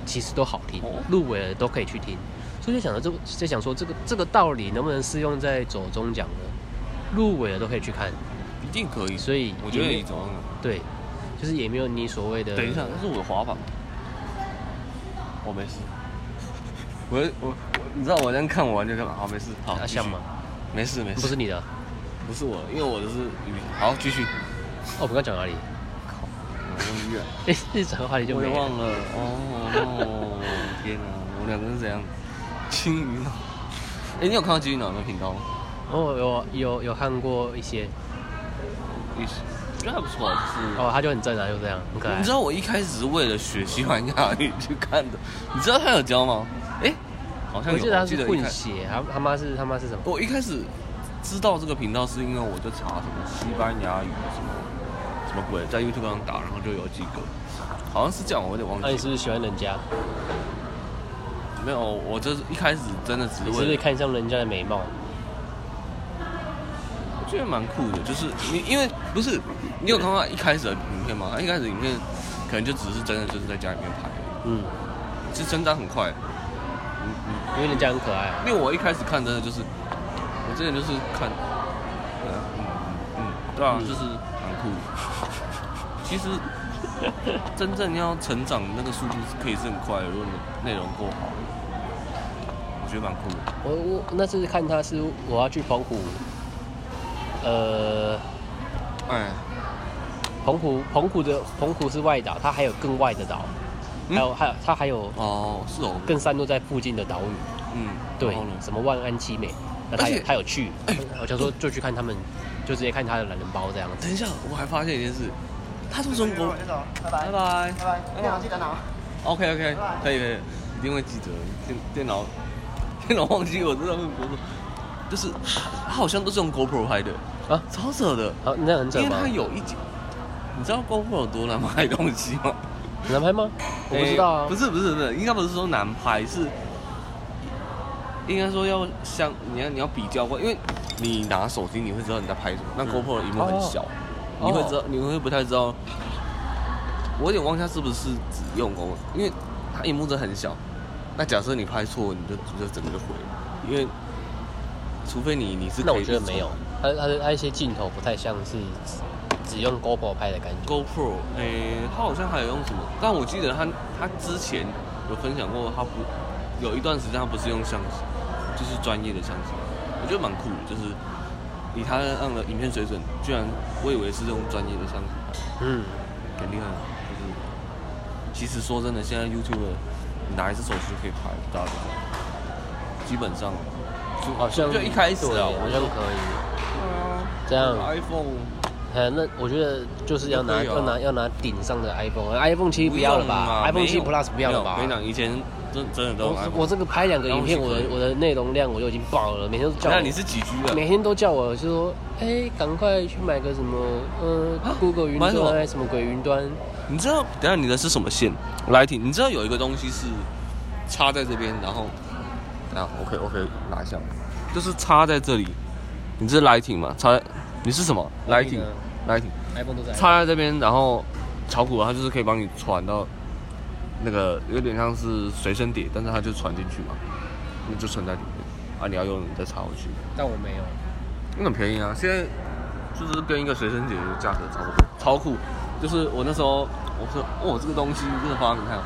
Speaker 1: 其实都好听
Speaker 2: 哦，
Speaker 1: 入围的都可以去听，所以就想到这个，在想说这个这个道理能不能适用在走中奖呢？入围的都可以去看，
Speaker 2: 一定可以。
Speaker 1: 所以
Speaker 2: 我觉得
Speaker 1: 也
Speaker 2: 你怎么样？
Speaker 1: 对，就是也没有你所谓的
Speaker 2: 等一下，那是我的滑板。
Speaker 1: 哦
Speaker 2: 我没事。 我我我，你知道我在看我玩就干嘛？好，没事。好，
Speaker 1: 啊
Speaker 2: 继续
Speaker 1: 像吗？
Speaker 2: 没事没事。
Speaker 1: 不是你的，
Speaker 2: 不是我，因为我的是雨。好，继续。
Speaker 1: 哦，我们刚讲哪里？
Speaker 2: 靠，我那么远，
Speaker 1: 哎，日常话题就
Speaker 2: 我
Speaker 1: 没
Speaker 2: 也
Speaker 1: 了
Speaker 2: 忘了。哦，哦天哪，我两个是怎样？金鱼脑。哎，你有看到金鱼脑那频道吗？
Speaker 1: 哦，有有有看过一些，
Speaker 2: 也是，我觉得还不错，就是。
Speaker 1: 哦，他就很正啊，就这样，很可爱
Speaker 2: 你知。道我一开始是为了学西班牙语去看的，你知道他有教吗？哎、好像
Speaker 1: 我
Speaker 2: 有，
Speaker 1: 记得他是
Speaker 2: 记得一
Speaker 1: 混
Speaker 2: 开
Speaker 1: 血，他他妈是他妈是什么？
Speaker 2: 我一开始知道这个频道是因为我就查什么西班牙语什么什么鬼，在 YouTube 上打，然后就有几个，好像是这样，我有点忘
Speaker 1: 那、你
Speaker 2: 记
Speaker 1: 是
Speaker 2: 了。
Speaker 1: 不是喜欢人家？
Speaker 2: 没有，我这是一开始真的只是
Speaker 1: 你是不
Speaker 2: 为
Speaker 1: 是
Speaker 2: 了，
Speaker 1: 看上人家的美貌？
Speaker 2: 我觉得蛮酷的，就是你因为不是你有看到他一开始的影片吗？他一开始影片可能就只是真的就是在家里面拍而
Speaker 1: 嗯，
Speaker 2: 已，其实增长很快。
Speaker 1: 因为人家很可爱啊。
Speaker 2: 因为我一开始看真的就是，我之前就是看，呃嗯嗯，对啊，
Speaker 1: 嗯
Speaker 2: 就是蛮酷的。其实真正要成长那个速度是可以是很快的，如果你内容够好，我觉得蛮酷的。
Speaker 1: 我我那次看他是我要去澎湖，呃，
Speaker 2: 哎，
Speaker 1: 澎湖澎湖的澎湖是外岛，它还有更外的岛，
Speaker 2: 嗯
Speaker 1: 还有还有它还有
Speaker 2: 哦，是哦，
Speaker 1: 更散落在附近的岛屿，
Speaker 2: 嗯，
Speaker 1: 对
Speaker 2: 然后，呢
Speaker 1: 什么万安七美，那他
Speaker 2: 而
Speaker 1: 有
Speaker 2: 且
Speaker 1: 他有去，我想说就去看他们，就直接看他的懒人包这样子。
Speaker 2: 等一下，我还发现一件事，他是中国。
Speaker 3: 先走，拜拜
Speaker 2: 拜拜
Speaker 3: 拜拜，电脑记得拿。
Speaker 2: OK OK，可以可以，一定会记得。电电脑 电脑忘记我真的问国手，就是他好像都是用 GoPro 拍的
Speaker 1: 啊
Speaker 2: 超扯的。
Speaker 1: 好，你那很
Speaker 2: 因
Speaker 1: 准
Speaker 2: 为
Speaker 1: 吗
Speaker 2: 它？有一集，你知道 GoPro 有多难拍东西吗？
Speaker 1: 很难拍吗？我不知道啊
Speaker 2: 哎诶不。是不是不是，应该不是说难拍，是应该说要相，你要你要比较过，因为你拿手机你会知道你在拍什么，那 GoPro 的荧幕很小，
Speaker 1: 嗯哦
Speaker 2: 你会知道你会不太知道。我有点忘记它是不是只用 GoPro，因为它荧幕真的很小。那假设你拍错，你就你就整个就毁了，因为除非你你是
Speaker 1: 那
Speaker 2: 可
Speaker 1: 我
Speaker 2: 以
Speaker 1: 觉得没有，他他的他一些镜头不太像是只只用 GoPro 拍的感觉。
Speaker 2: GoPro，诶、他好像还有用什么？但我记得他他之前有分享过，他不有一段时间他不是用相机，就就是专业的枪支，我觉得蛮酷的，就是以他那样的影片水准，居然我以为是这种专业的枪支，
Speaker 1: 嗯，
Speaker 2: 很厉害。就是其实说真的，现在 YouTube 你拿一只手机就可以拍，大家知道吗基本上就
Speaker 1: 好像
Speaker 2: 就一开始
Speaker 1: 对
Speaker 2: 啊，
Speaker 1: 好
Speaker 2: 我
Speaker 1: 像
Speaker 2: 就
Speaker 1: 可以。这
Speaker 2: 这
Speaker 1: 样，
Speaker 2: iPhone
Speaker 1: 呃，那我觉得就是要拿
Speaker 2: 都可以啊
Speaker 1: 要拿要拿顶上的 iPhone，iPhone 七不要了吧
Speaker 2: 没
Speaker 1: ，iPhone
Speaker 2: 有
Speaker 1: 七 Plus 不要了
Speaker 2: 没有我跟你
Speaker 1: 吧。
Speaker 2: 讲，以前真真的都用
Speaker 1: 我
Speaker 2: iPhone
Speaker 1: 我这个拍两个影片，我的我的内容量我就已经爆了，每天都叫我。
Speaker 2: 那你是几 G 的？
Speaker 1: 每天都叫我，就说，哎、赶快去买个什么，呃
Speaker 2: 啊
Speaker 1: ，Google 云
Speaker 2: 买什么
Speaker 1: 端还是哎什么鬼云端，
Speaker 2: 你知道，等一下你的是什么线？我来听，你知道有一个东西是插在这边，然后，等一下我可以我可以拿一下，就是插在这里。你这是来挺吗？插在，你是什么？来挺
Speaker 1: 啊，
Speaker 2: 来挺，
Speaker 1: ，iPhone 都在。
Speaker 2: 插在这边，然后炒股它就是可以帮你传到那个有点像是随身碟，但是它就传进去嘛，那就存在里面啊。你要用你再插回去，
Speaker 1: 但我没有。
Speaker 2: 那很便宜啊，现在就是跟一个随身碟的价格差不多，超酷。就是我那时候我说，哦，这个东西真的发明看，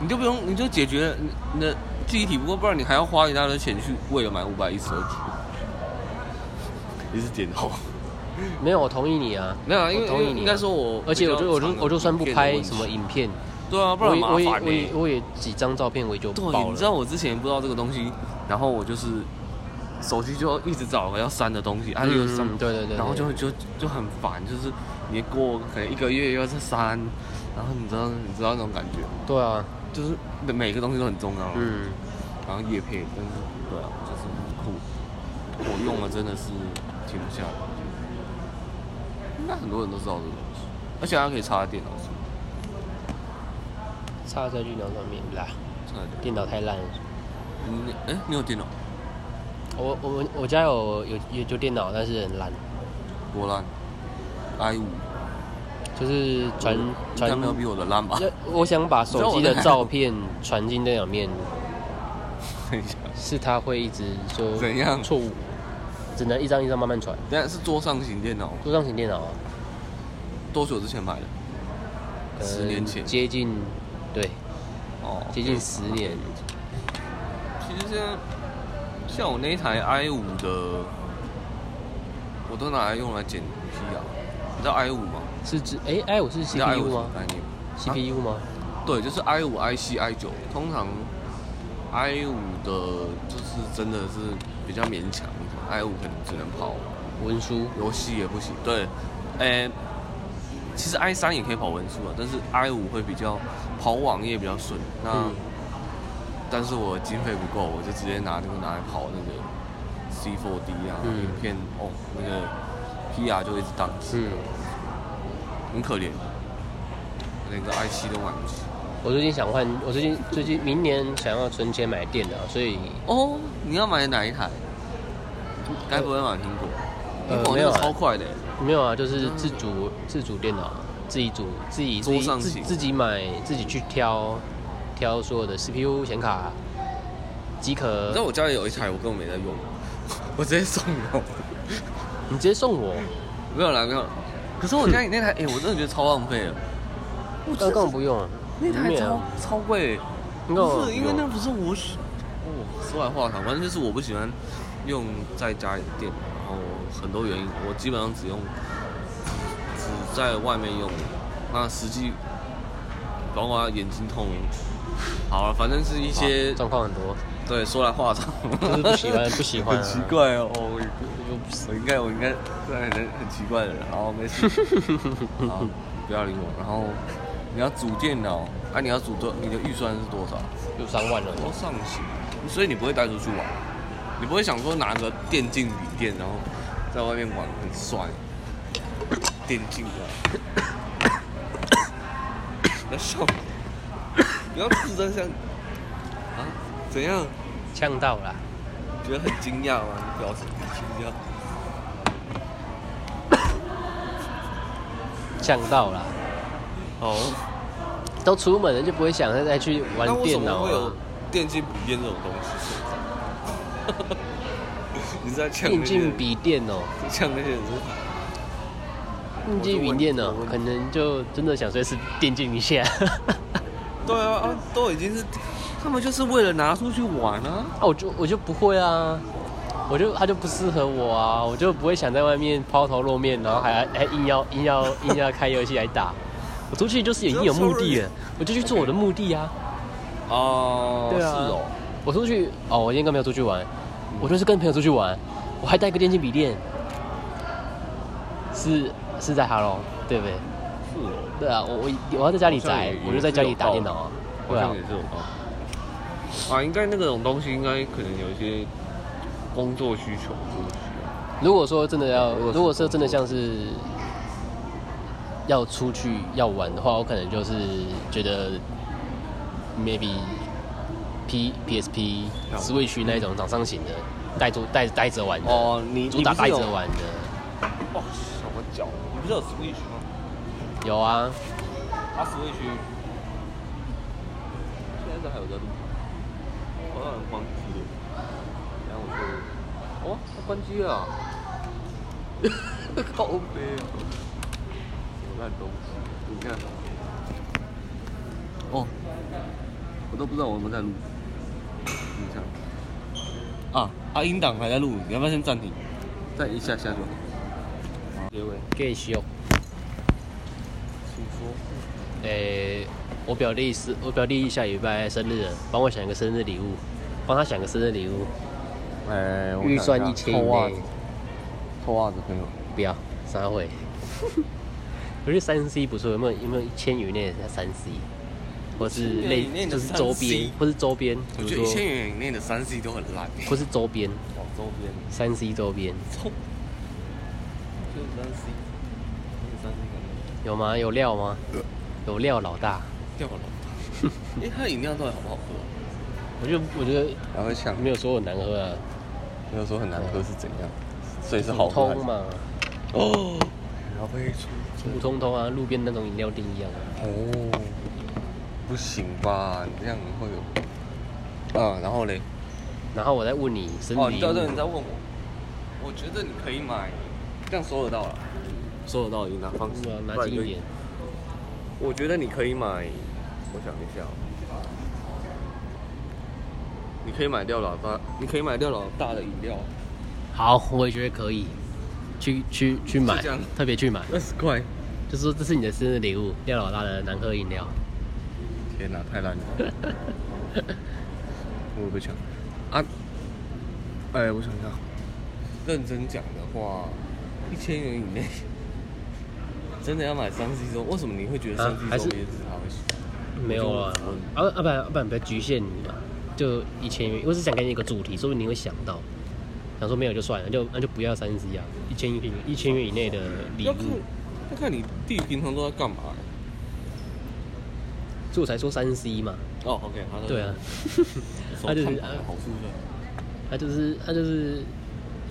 Speaker 2: 你就不用，你就解决你你的记忆体不够，不然你还要花一大堆钱去为了买五百一十二 G。你是点头？
Speaker 1: 没有，我同意你啊。
Speaker 2: 没有啊，因为
Speaker 1: 我同意你啊
Speaker 2: 应该说我，
Speaker 1: 而且我就我就我就算不拍什么
Speaker 2: 影，
Speaker 1: 影片，
Speaker 2: 对啊，不
Speaker 1: 我
Speaker 2: 然
Speaker 1: 也
Speaker 2: 麻
Speaker 1: 我也
Speaker 2: 烦
Speaker 1: 我也
Speaker 2: 呢。
Speaker 1: 我也几张照片我也就
Speaker 2: 对，
Speaker 1: 爆
Speaker 2: 你知道
Speaker 1: 了。
Speaker 2: 我之前不知道这个东西，然后我就是手机就一直找要删的东西，啊，又删
Speaker 1: 嗯，对对对对，
Speaker 2: 然后就就就很烦，就是你过可能一个月又要再删，然后你知道你知道那种感觉吗，
Speaker 1: 对啊，
Speaker 2: 就是每每个东西都很重要，啊
Speaker 1: 嗯，
Speaker 2: 然后叶配，但是对啊，就是很酷，我用了真的是停不下来，应该很多人都知道这个东西，而且它可以插在电脑上，
Speaker 1: 插在电脑上面啦，
Speaker 2: 插在
Speaker 1: 电
Speaker 2: 电
Speaker 1: 脑太烂了。
Speaker 2: 脑你哎你有电脑？
Speaker 1: 我我们我家有有有有电脑，但是很烂，
Speaker 2: 多烂，i 五，
Speaker 1: 就是传
Speaker 2: 应该
Speaker 1: 传
Speaker 2: 没有比我的烂 吧？
Speaker 1: 要我想把手机的照片传进电脑面，
Speaker 2: 等一下，
Speaker 1: 是它会一直说
Speaker 2: 怎样
Speaker 1: 错误，只能一张一张慢慢传。
Speaker 2: 等一下是桌上型电脑吗，
Speaker 1: 桌上型电脑啊，
Speaker 2: 多久之前买的？
Speaker 1: 可能
Speaker 2: 十年前
Speaker 1: 接近，对，
Speaker 2: 哦，
Speaker 1: 接近十年。
Speaker 2: 嗯其实现在像我那一台 i 五的，我都拿来用来剪 P 啊。你知道 i 五吗？
Speaker 1: 是指哎 i 五是
Speaker 2: 你知道 i
Speaker 1: CPU
Speaker 2: 五
Speaker 1: 吗
Speaker 2: 概念？啊
Speaker 1: ？CPU 吗？
Speaker 2: 对，就是 i 五、i 七、i 九。通常 i 五的，就是真的是比较勉强，i 五可能只能跑
Speaker 1: 文书
Speaker 2: 游戏也不行。对，诶、其实 i 三也可以跑文书啊，但是 i 五会比较跑网页比较顺。那、
Speaker 1: 嗯
Speaker 2: 但是我经费不够，我就直接拿那个拿来跑那个 C4D 啊，
Speaker 1: 嗯
Speaker 2: 影片哦，那个 PR 就一直宕机，
Speaker 1: 嗯，
Speaker 2: 很可怜，连个 i7 都买不起。
Speaker 1: 我最近想换，我最近最近明年想要存钱买电脑，所以
Speaker 2: 哦，你要买哪一台？该不会买苹果？
Speaker 1: 呃
Speaker 2: 苹果
Speaker 1: 没
Speaker 2: 那
Speaker 1: 有
Speaker 2: 个
Speaker 1: 啊
Speaker 2: 超快的、欸
Speaker 1: 没有啊，就是
Speaker 2: 嗯
Speaker 1: 自主自主电脑，自己组自己自己
Speaker 2: 桌上
Speaker 1: 自
Speaker 2: 型
Speaker 1: 自己买，自己去挑挑所有的 CPU 显卡、机
Speaker 2: 你
Speaker 1: 壳
Speaker 2: 知道。我家里有一台，我根本没在用， 我直接送你。
Speaker 1: 你直接送我，
Speaker 2: 没有啦，没有啦。可是我家里 那台，哎、我真的觉得超浪费了。我
Speaker 1: 那根本不用。啊
Speaker 2: 那台
Speaker 1: 没有啊
Speaker 2: 超，超贵、
Speaker 1: 那根
Speaker 2: 不
Speaker 1: 本
Speaker 2: 是，因为那不是我喜，哦，说来话长，反正就是我不喜欢用在家里的电脑，然后很多原因，我基本上只用只在外面用，那实际包括眼睛痛，好了，啊反正是一些
Speaker 1: 状况很 多，
Speaker 2: 对说来话长，
Speaker 1: 啊就是不喜欢不喜欢啊
Speaker 2: 很奇怪哦，我我应该我应该 对很很奇怪的人，然后没事， 好啊不要理我，然后你要组电脑，啊，你要组多，你的预算是多少？
Speaker 1: 有三万了。
Speaker 2: 都上行，所以你不会带出去玩，你不会想说拿个电竞笔电，然后在外面玩很帅， 电竞的， 不要笑， 不要自真像啊？怎样？
Speaker 1: 呛到啦，
Speaker 2: 觉得很惊讶吗？你表情很惊讶。
Speaker 1: 呛到啦，
Speaker 2: 哦，
Speaker 1: 都出门了就不会想再去玩
Speaker 2: 那为什
Speaker 1: 电脑
Speaker 2: 么会有
Speaker 1: 啊。
Speaker 2: 电竞笔电这种东西存在？ 你是在呛
Speaker 1: 电
Speaker 2: 那些人
Speaker 1: 竞笔电哦，
Speaker 2: 呛那些人是吧？
Speaker 1: 电竞笔电哦
Speaker 2: 我就问我就，问
Speaker 1: 可 能就真的想随时电竞一下。
Speaker 2: 啊对啊，啊，都已经是，他们就是为了拿出去玩啊。
Speaker 1: 啊，我就我就不会啊，我就他就不适合我啊，我就不会想在外面抛头露面，然后还还硬要硬要硬要开游戏来打。我出去就是已经有目的了，我就去做我的目的啊。
Speaker 2: 哦，
Speaker 1: 对啊，
Speaker 2: 是哦，
Speaker 1: 我出去哦，我今天跟朋友出去玩，我就是跟朋友出去玩，我还带个电竞笔电，是是在哈喽，对不对？
Speaker 2: 是哦，
Speaker 1: 对啊，我我我要在家里
Speaker 2: 好像
Speaker 1: 宅
Speaker 2: 也，
Speaker 1: 我就在家里打电脑啊。
Speaker 2: 好
Speaker 1: 对啊
Speaker 2: 像也，是有道理啊，应该那种东西应该可能有一些工作需求，
Speaker 1: 如果说真的要，如果说真的像是要出去要玩的话，我可能就是觉得 maybe P PSP
Speaker 2: 好
Speaker 1: Switch 那一种掌上型的，带着带带着玩的，
Speaker 2: 哦你
Speaker 1: 主
Speaker 2: 你
Speaker 1: 打
Speaker 2: 不是
Speaker 1: 带着
Speaker 2: 有
Speaker 1: 玩的，
Speaker 2: 哦，什么脚？你不是有 Switch 吗？
Speaker 1: 有啊，
Speaker 2: 啊，Switch 现在还有在录吗，我好像关机了。然后我就，哦，它关机了 啊，靠背啊，什么烂东西？你看，哦，我都不知道我们在录，你看。啊啊！音档还在录，你要不要先暂停？再一下下就好。啊结尾，
Speaker 1: 给修。
Speaker 2: 请说。
Speaker 1: 诶、我表弟是，我表弟下礼拜生日了，帮我想一个生日礼物，帮他想个生日礼物，
Speaker 2: 哎、我
Speaker 1: 预
Speaker 2: 想
Speaker 1: 算
Speaker 2: 下
Speaker 1: 一千
Speaker 2: 臭
Speaker 1: 以
Speaker 2: 袜
Speaker 1: 内
Speaker 2: 子，，臭袜子可以吗？
Speaker 1: 不要，啥会？我觉得三 C 不错，有没有有没有一千元以内的三 C，或是
Speaker 2: 1000元以内
Speaker 1: 类
Speaker 2: 的
Speaker 1: 就是
Speaker 2: 3C
Speaker 1: 周边，或是周边，比
Speaker 2: 我
Speaker 1: 如
Speaker 2: 觉得一千
Speaker 1: 说
Speaker 2: 元以内的三 C 都很烂。
Speaker 1: 或是周边，
Speaker 2: 往周边，
Speaker 1: 三 C 周边
Speaker 2: 臭，就是三 C，就是三 C 感觉
Speaker 1: 有吗？有料吗？有料老大，
Speaker 2: 掉 了。哎、它的饮料到底好不好喝？
Speaker 1: 我觉得我觉得
Speaker 2: 还会呛
Speaker 1: 没有说我难喝啊，
Speaker 2: 没有说很难喝是怎样？所以是好
Speaker 1: 普
Speaker 2: 喝还
Speaker 1: 哦
Speaker 2: 是
Speaker 1: 通？嘛，
Speaker 2: 哦，还会出
Speaker 1: 普通通啊，路边那种饮料店一样啊。
Speaker 2: 哦，不行吧？你这样会有。啊，然后嘞？
Speaker 1: 然后我再问你生
Speaker 2: 哦，
Speaker 1: 日
Speaker 2: 你
Speaker 1: 礼物
Speaker 2: 到时候你再问我，我觉得你可以买，这样收得到了，收得到已经拿放
Speaker 1: 对啊拿近一点。。
Speaker 2: 我觉得你可以买，我想一下、哦，你可以买掉老大，你可以买掉老大的饮料，
Speaker 1: 好，我也觉得可以，去去去买
Speaker 2: 就这样，
Speaker 1: 特别去买，
Speaker 2: 二十块。
Speaker 1: 就说这是你的生日礼物，廖老大的难喝饮料。
Speaker 2: 天哪、太 烂了！我会不会抢啊？哎、我想一下，认真讲的话，一千元以内， 真的要买三 C 周？为什么你会觉得
Speaker 1: 啊
Speaker 2: 三 C
Speaker 1: 还是
Speaker 2: 周边是他会喜欢？
Speaker 1: 没有啊，啊啊不然啊不然不要局限你嘛，就一千元。我只想给你一个主题，说不定你会想到。想说没有就算了，就那就不要三 C 啊，一千元一千元以内的礼
Speaker 2: 要看
Speaker 1: 物。
Speaker 2: 要看你弟平常都在干嘛、啊
Speaker 1: 所以我才说三 C 嘛，
Speaker 2: 哦，OK，好的。
Speaker 1: 对啊，
Speaker 2: 手
Speaker 1: 他就是
Speaker 2: 烫的好处是，
Speaker 1: 他就是他就是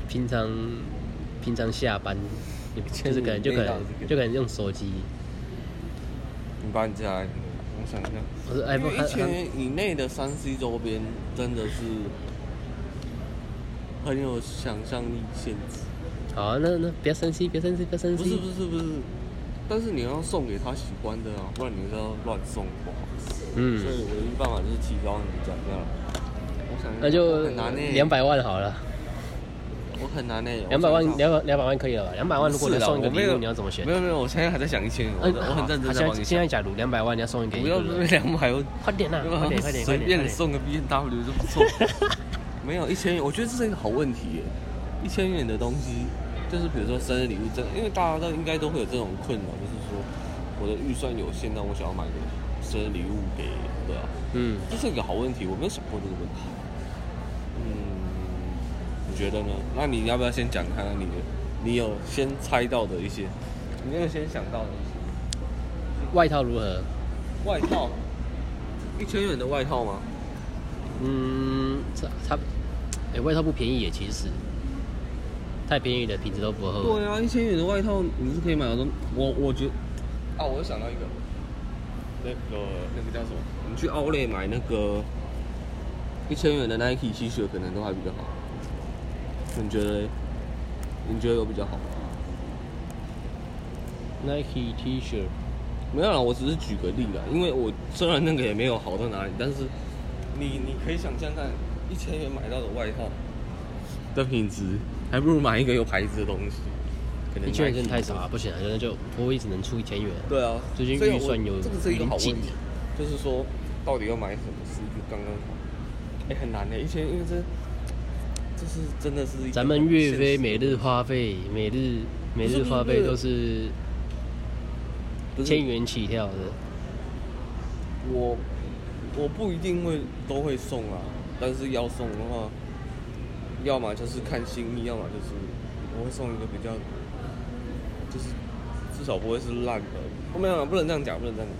Speaker 1: 平常平常下班，也就是可能就可
Speaker 2: 一千元以内到底是
Speaker 1: 能
Speaker 2: 个
Speaker 1: 就可能用手机，
Speaker 2: 你把你这台，我想一下。
Speaker 1: 我哎是
Speaker 2: 因
Speaker 1: iPhone
Speaker 2: 为
Speaker 1: 它
Speaker 2: 一千
Speaker 1: 它
Speaker 2: 元以内的三 C 周边真的是很有想象力限制。
Speaker 1: 好、啊，那那不要生气，不要生气，不要生
Speaker 2: 不是
Speaker 1: 气
Speaker 2: 不。是不是，但是你要送给他喜欢的啊，不然你这样乱送不好。
Speaker 1: 嗯
Speaker 2: 所，以唯一办法就是提高你的奖项。我想一下
Speaker 1: 那就
Speaker 2: 很难呢、欸
Speaker 1: 两，百万好了，
Speaker 2: 我很难呢、欸我
Speaker 1: 两百万
Speaker 2: 想一下
Speaker 1: 两百两百万可以了吧？两百万如果
Speaker 2: 是
Speaker 1: 你
Speaker 2: 啦
Speaker 1: 送一个
Speaker 2: 我没
Speaker 1: 礼物，
Speaker 2: 有
Speaker 1: 你要怎么选
Speaker 2: 没？有没有，我现在还在想一千元，我
Speaker 1: 哎
Speaker 2: 在我很认真
Speaker 1: 好
Speaker 2: 在
Speaker 1: 现
Speaker 2: 帮
Speaker 1: 在
Speaker 2: 你
Speaker 1: 现
Speaker 2: 想
Speaker 1: 在。假如两百万你要送一个
Speaker 2: 不
Speaker 1: 礼
Speaker 2: 要
Speaker 1: 物，对不对
Speaker 2: 两百，我
Speaker 1: 快点啊！ 快点快点快
Speaker 2: 随
Speaker 1: 点！
Speaker 2: 便
Speaker 1: 快点
Speaker 2: 送个 B N W 就 不错。没有一千元，我觉得这是一个好问题耶。一千元的东西，就是比如说生日礼物，这因为大家都应该都会有这种困扰，就是说我的预算有限，但我想要买个生日礼物给对啊，
Speaker 1: 嗯，
Speaker 2: 这是一个好问题，我没有想过这个问题。嗯，你觉得呢？那你要不要先讲看看你的，你有先猜到的一些，你有先想到的一些
Speaker 1: 外套如何？
Speaker 2: 外套，一千元的外套吗？
Speaker 1: 嗯，差差，哎，外套不便宜耶，其实太便宜的品质都不好。
Speaker 2: 对啊，一千元的外套你是可以买到东，我我觉啊，我又想到一个，那个那个叫什么？我们去奥莱买那个一千元的 Nike T 恤，可能都还比较好。你觉得嘞？你觉得有比较好吗？
Speaker 1: Nike T 恤，
Speaker 2: 没有啦，我只是举个例啦，因为我虽然那个也没有好到哪里，但是你你可以想象看，一千元买到的外套的品质，还不如买一个有牌子的东西。可能
Speaker 1: 一千元真的
Speaker 2: Nike
Speaker 1: 太少了，不行啊，那就不会只能出一千元。
Speaker 2: 对啊，
Speaker 1: 最近
Speaker 2: 所以
Speaker 1: 预算
Speaker 2: 我
Speaker 1: 有
Speaker 2: 这个是一个好问
Speaker 1: 临
Speaker 2: 题
Speaker 1: 近，
Speaker 2: 就是说到底要买什么是一个刚刚好？哎、很难的、一千，因为这这是真的是一个
Speaker 1: 咱们岳飞
Speaker 2: 现实
Speaker 1: 每日花费，每日每
Speaker 2: 不
Speaker 1: 日
Speaker 2: 是不是
Speaker 1: 花费
Speaker 2: 不是
Speaker 1: 都是
Speaker 2: 不是
Speaker 1: 千元起跳的。
Speaker 2: 我我不一定会都会送啊，但是要送的话，要么就是看心意，要么就是我会送一个比较，就是至少不会是烂的。哦、没有啊，不能这样讲，不能这样讲。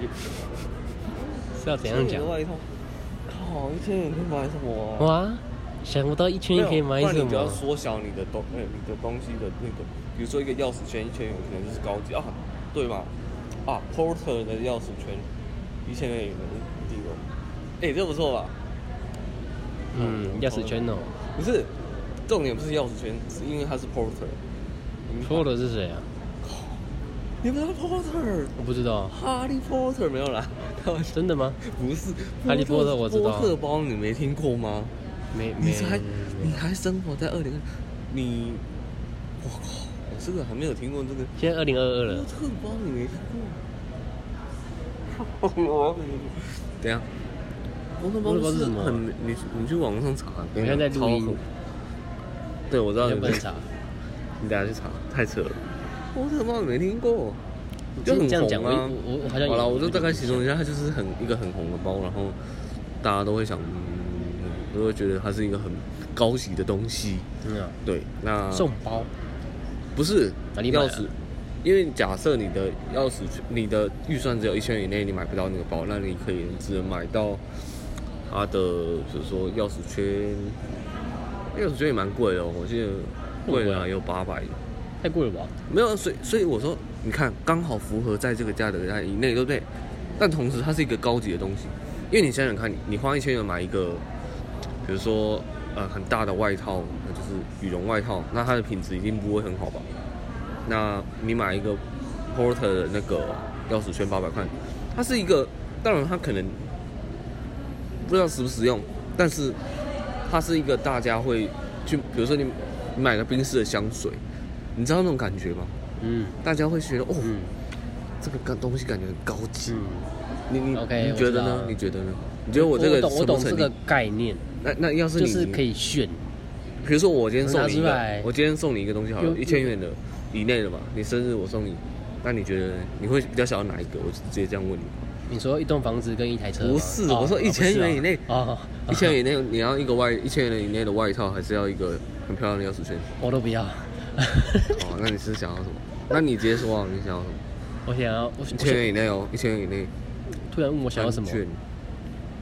Speaker 2: 也
Speaker 1: 是要怎样
Speaker 2: 啊千元
Speaker 1: 讲
Speaker 2: 的？外套，靠，一千元可以买什么、啊？
Speaker 1: 哇，想不到一千元可以买
Speaker 2: 没
Speaker 1: 什
Speaker 2: 有不然你就要
Speaker 1: 么？
Speaker 2: 缩小你的东，呃，你的东西的那个，比如说一个钥匙圈，一千元可能就是高级啊，对嘛？啊，Porter 的钥匙圈，一千元也能一定有。哎、这不错吧？
Speaker 1: 嗯，钥匙圈哦。
Speaker 2: 不是，重点不是钥匙圈，是因为它是 Porter。你
Speaker 1: 说的是谁啊？
Speaker 2: 你不知道 Porter？
Speaker 1: 我不知道，
Speaker 2: 哈利波特没有啦，开玩笑，
Speaker 1: 真的吗？
Speaker 2: 不是
Speaker 1: 哈利波特
Speaker 2: 是
Speaker 1: 我知道
Speaker 2: 波特包你没听过吗？
Speaker 1: 没没
Speaker 2: 你才你
Speaker 1: 没。
Speaker 2: 还生活在二零，你，我靠，我这个还没有听过这个。
Speaker 1: 现在二零二二
Speaker 2: 波
Speaker 1: 了，
Speaker 2: 特包你没 看过？我等一下，波特
Speaker 1: 波特包
Speaker 2: 包
Speaker 1: 是
Speaker 2: 是
Speaker 1: 什么
Speaker 2: 很你你去网络上查，
Speaker 1: 我现在在录音
Speaker 2: 超火对，我知道
Speaker 1: 要
Speaker 2: 你
Speaker 1: 不能查。
Speaker 2: 你等一下去查，太扯了。波特包你没听过？就很
Speaker 1: 这样讲，
Speaker 2: 红
Speaker 1: 我
Speaker 2: 啊
Speaker 1: 我我好像有
Speaker 2: 好了，我就大概形容一下，它就是很一个很红的包，然后大家都会想，嗯都会觉得它是一个很高级的东西。
Speaker 1: 嗯啊，
Speaker 2: 对，那
Speaker 1: 送包
Speaker 2: 不是
Speaker 1: 哪里买啊
Speaker 2: 钥匙，因为假设你的钥匙圈你的预算只有一千元以内，你买不到那个包，那你可以只能买到它的，比如说钥匙圈，钥匙圈也蛮贵的、哦，我记得贵了有八百，
Speaker 1: 太贵了吧？
Speaker 2: 没有啊，所以所以我说，你看刚好符合在这个价格在以内，对不对？但同时它是一个高级的东西，因为你想想看，你你花一千元买一个，比如说呃很大的外套，那就是羽绒外套，那它的品质一定不会很好吧？那你买一个 Porter 的那个钥匙圈八百块，它是一个，当然它可能不知道实不实用，但是它是一个大家会去，比如说你你买个冰室的香水，你知道那种感觉吗？
Speaker 1: 嗯
Speaker 2: 大家会觉得哦，
Speaker 1: 嗯
Speaker 2: 这个感东西感觉很高级。
Speaker 1: 嗯。
Speaker 2: 你你
Speaker 1: OK，
Speaker 2: 你
Speaker 1: 我
Speaker 2: 觉
Speaker 1: 知
Speaker 2: 得
Speaker 1: 道
Speaker 2: 呢
Speaker 1: 了？
Speaker 2: 你觉得呢？你觉得我这个
Speaker 1: 懂我
Speaker 2: 成不
Speaker 1: 懂
Speaker 2: 成
Speaker 1: 这
Speaker 2: 立
Speaker 1: 个概念，
Speaker 2: 那那要是你
Speaker 1: 就是可以炫，
Speaker 2: 比如说我今天送你一
Speaker 1: 拿出
Speaker 2: 个
Speaker 1: 来，
Speaker 2: 我今天送你一个东西好
Speaker 1: 有
Speaker 2: 了，一千元的以内的吧，你生日我送你，那你觉得你会比较想要哪一个？我就直接这样问你。
Speaker 1: 你说一栋房子跟一台车吗？
Speaker 2: 不是
Speaker 1: 哦
Speaker 2: 我说
Speaker 1: 哦
Speaker 2: 1000
Speaker 1: 不是啊
Speaker 2: 元以内
Speaker 1: 哦，
Speaker 2: 一千元以内，你要一个外一千元以内的外套，还是要一个很漂亮的 钥匙圈？
Speaker 1: 我都不 要。
Speaker 2: 哦，那你是想要什么？那你直接说啊，你想要什么？
Speaker 1: 我想要，我我
Speaker 2: 一
Speaker 1: 想
Speaker 2: 千元以内哦，一千元以内。
Speaker 1: 突然问我想要什么
Speaker 2: 餐？券？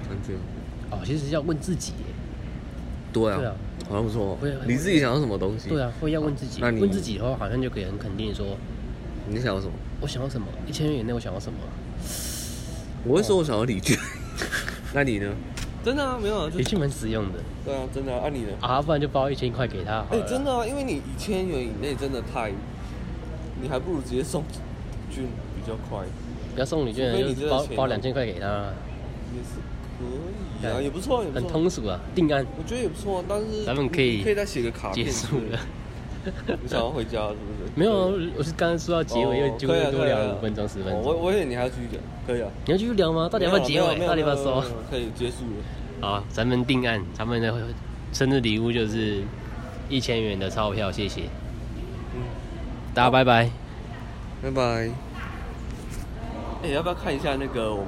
Speaker 2: 餐券？
Speaker 1: 哦，其实是要问自己耶，
Speaker 2: 对啊。
Speaker 1: 对啊
Speaker 2: 好像不错
Speaker 1: 会
Speaker 2: 哦。你自己想要什么东西？
Speaker 1: 对啊，会要问自己。
Speaker 2: 那你
Speaker 1: 问自己的话，好像就可以很肯定说，
Speaker 2: 你想要什么？
Speaker 1: 我想要什么？一千元以内我想要什么？
Speaker 2: 我会说我想要礼券。那你呢？真的啊，没有啊，就
Speaker 1: 也是蛮实用的
Speaker 2: 对啊，真的啊，啊你呢？
Speaker 1: 啊，不然就包一千块给他好
Speaker 2: 哎、
Speaker 1: 了。
Speaker 2: 真的啊，因为你一千元以内真的太，你还不如直接送券比较快，
Speaker 1: 不要送礼券，
Speaker 2: 除非你
Speaker 1: 就
Speaker 2: 真的
Speaker 1: 包
Speaker 2: 钱
Speaker 1: 包
Speaker 2: 有
Speaker 1: 两千块给他，
Speaker 2: 也是可以啊，
Speaker 1: 对
Speaker 2: 也不错，也不
Speaker 1: 很
Speaker 2: 错。
Speaker 1: 通俗啊，定案
Speaker 2: 我觉得也不错，但是
Speaker 1: 咱们可以
Speaker 2: 你可以再写个卡片。
Speaker 1: 结束了。
Speaker 2: 你想要回家是不是？
Speaker 1: 没有啊，我是刚刚说到结尾，又
Speaker 2: 哦
Speaker 1: 就
Speaker 2: 可以
Speaker 1: 会
Speaker 2: 啊
Speaker 1: 多
Speaker 2: 可以
Speaker 1: 聊
Speaker 2: 啊
Speaker 1: 五分钟十分
Speaker 2: 哦我
Speaker 1: 钟。
Speaker 2: 我以为你还要继续讲，可以啊。
Speaker 1: 你要继续聊吗？到底要不要结尾？
Speaker 2: 没有
Speaker 1: 到底要不要
Speaker 2: 没有
Speaker 1: 收
Speaker 2: 没有？没有可以结束了。
Speaker 1: 好，啊咱们定案，咱们的生日礼物就是一千元的钞票，谢谢。
Speaker 2: 嗯
Speaker 1: 大家拜拜。
Speaker 2: 拜拜。哎、要不要看一下那个我们？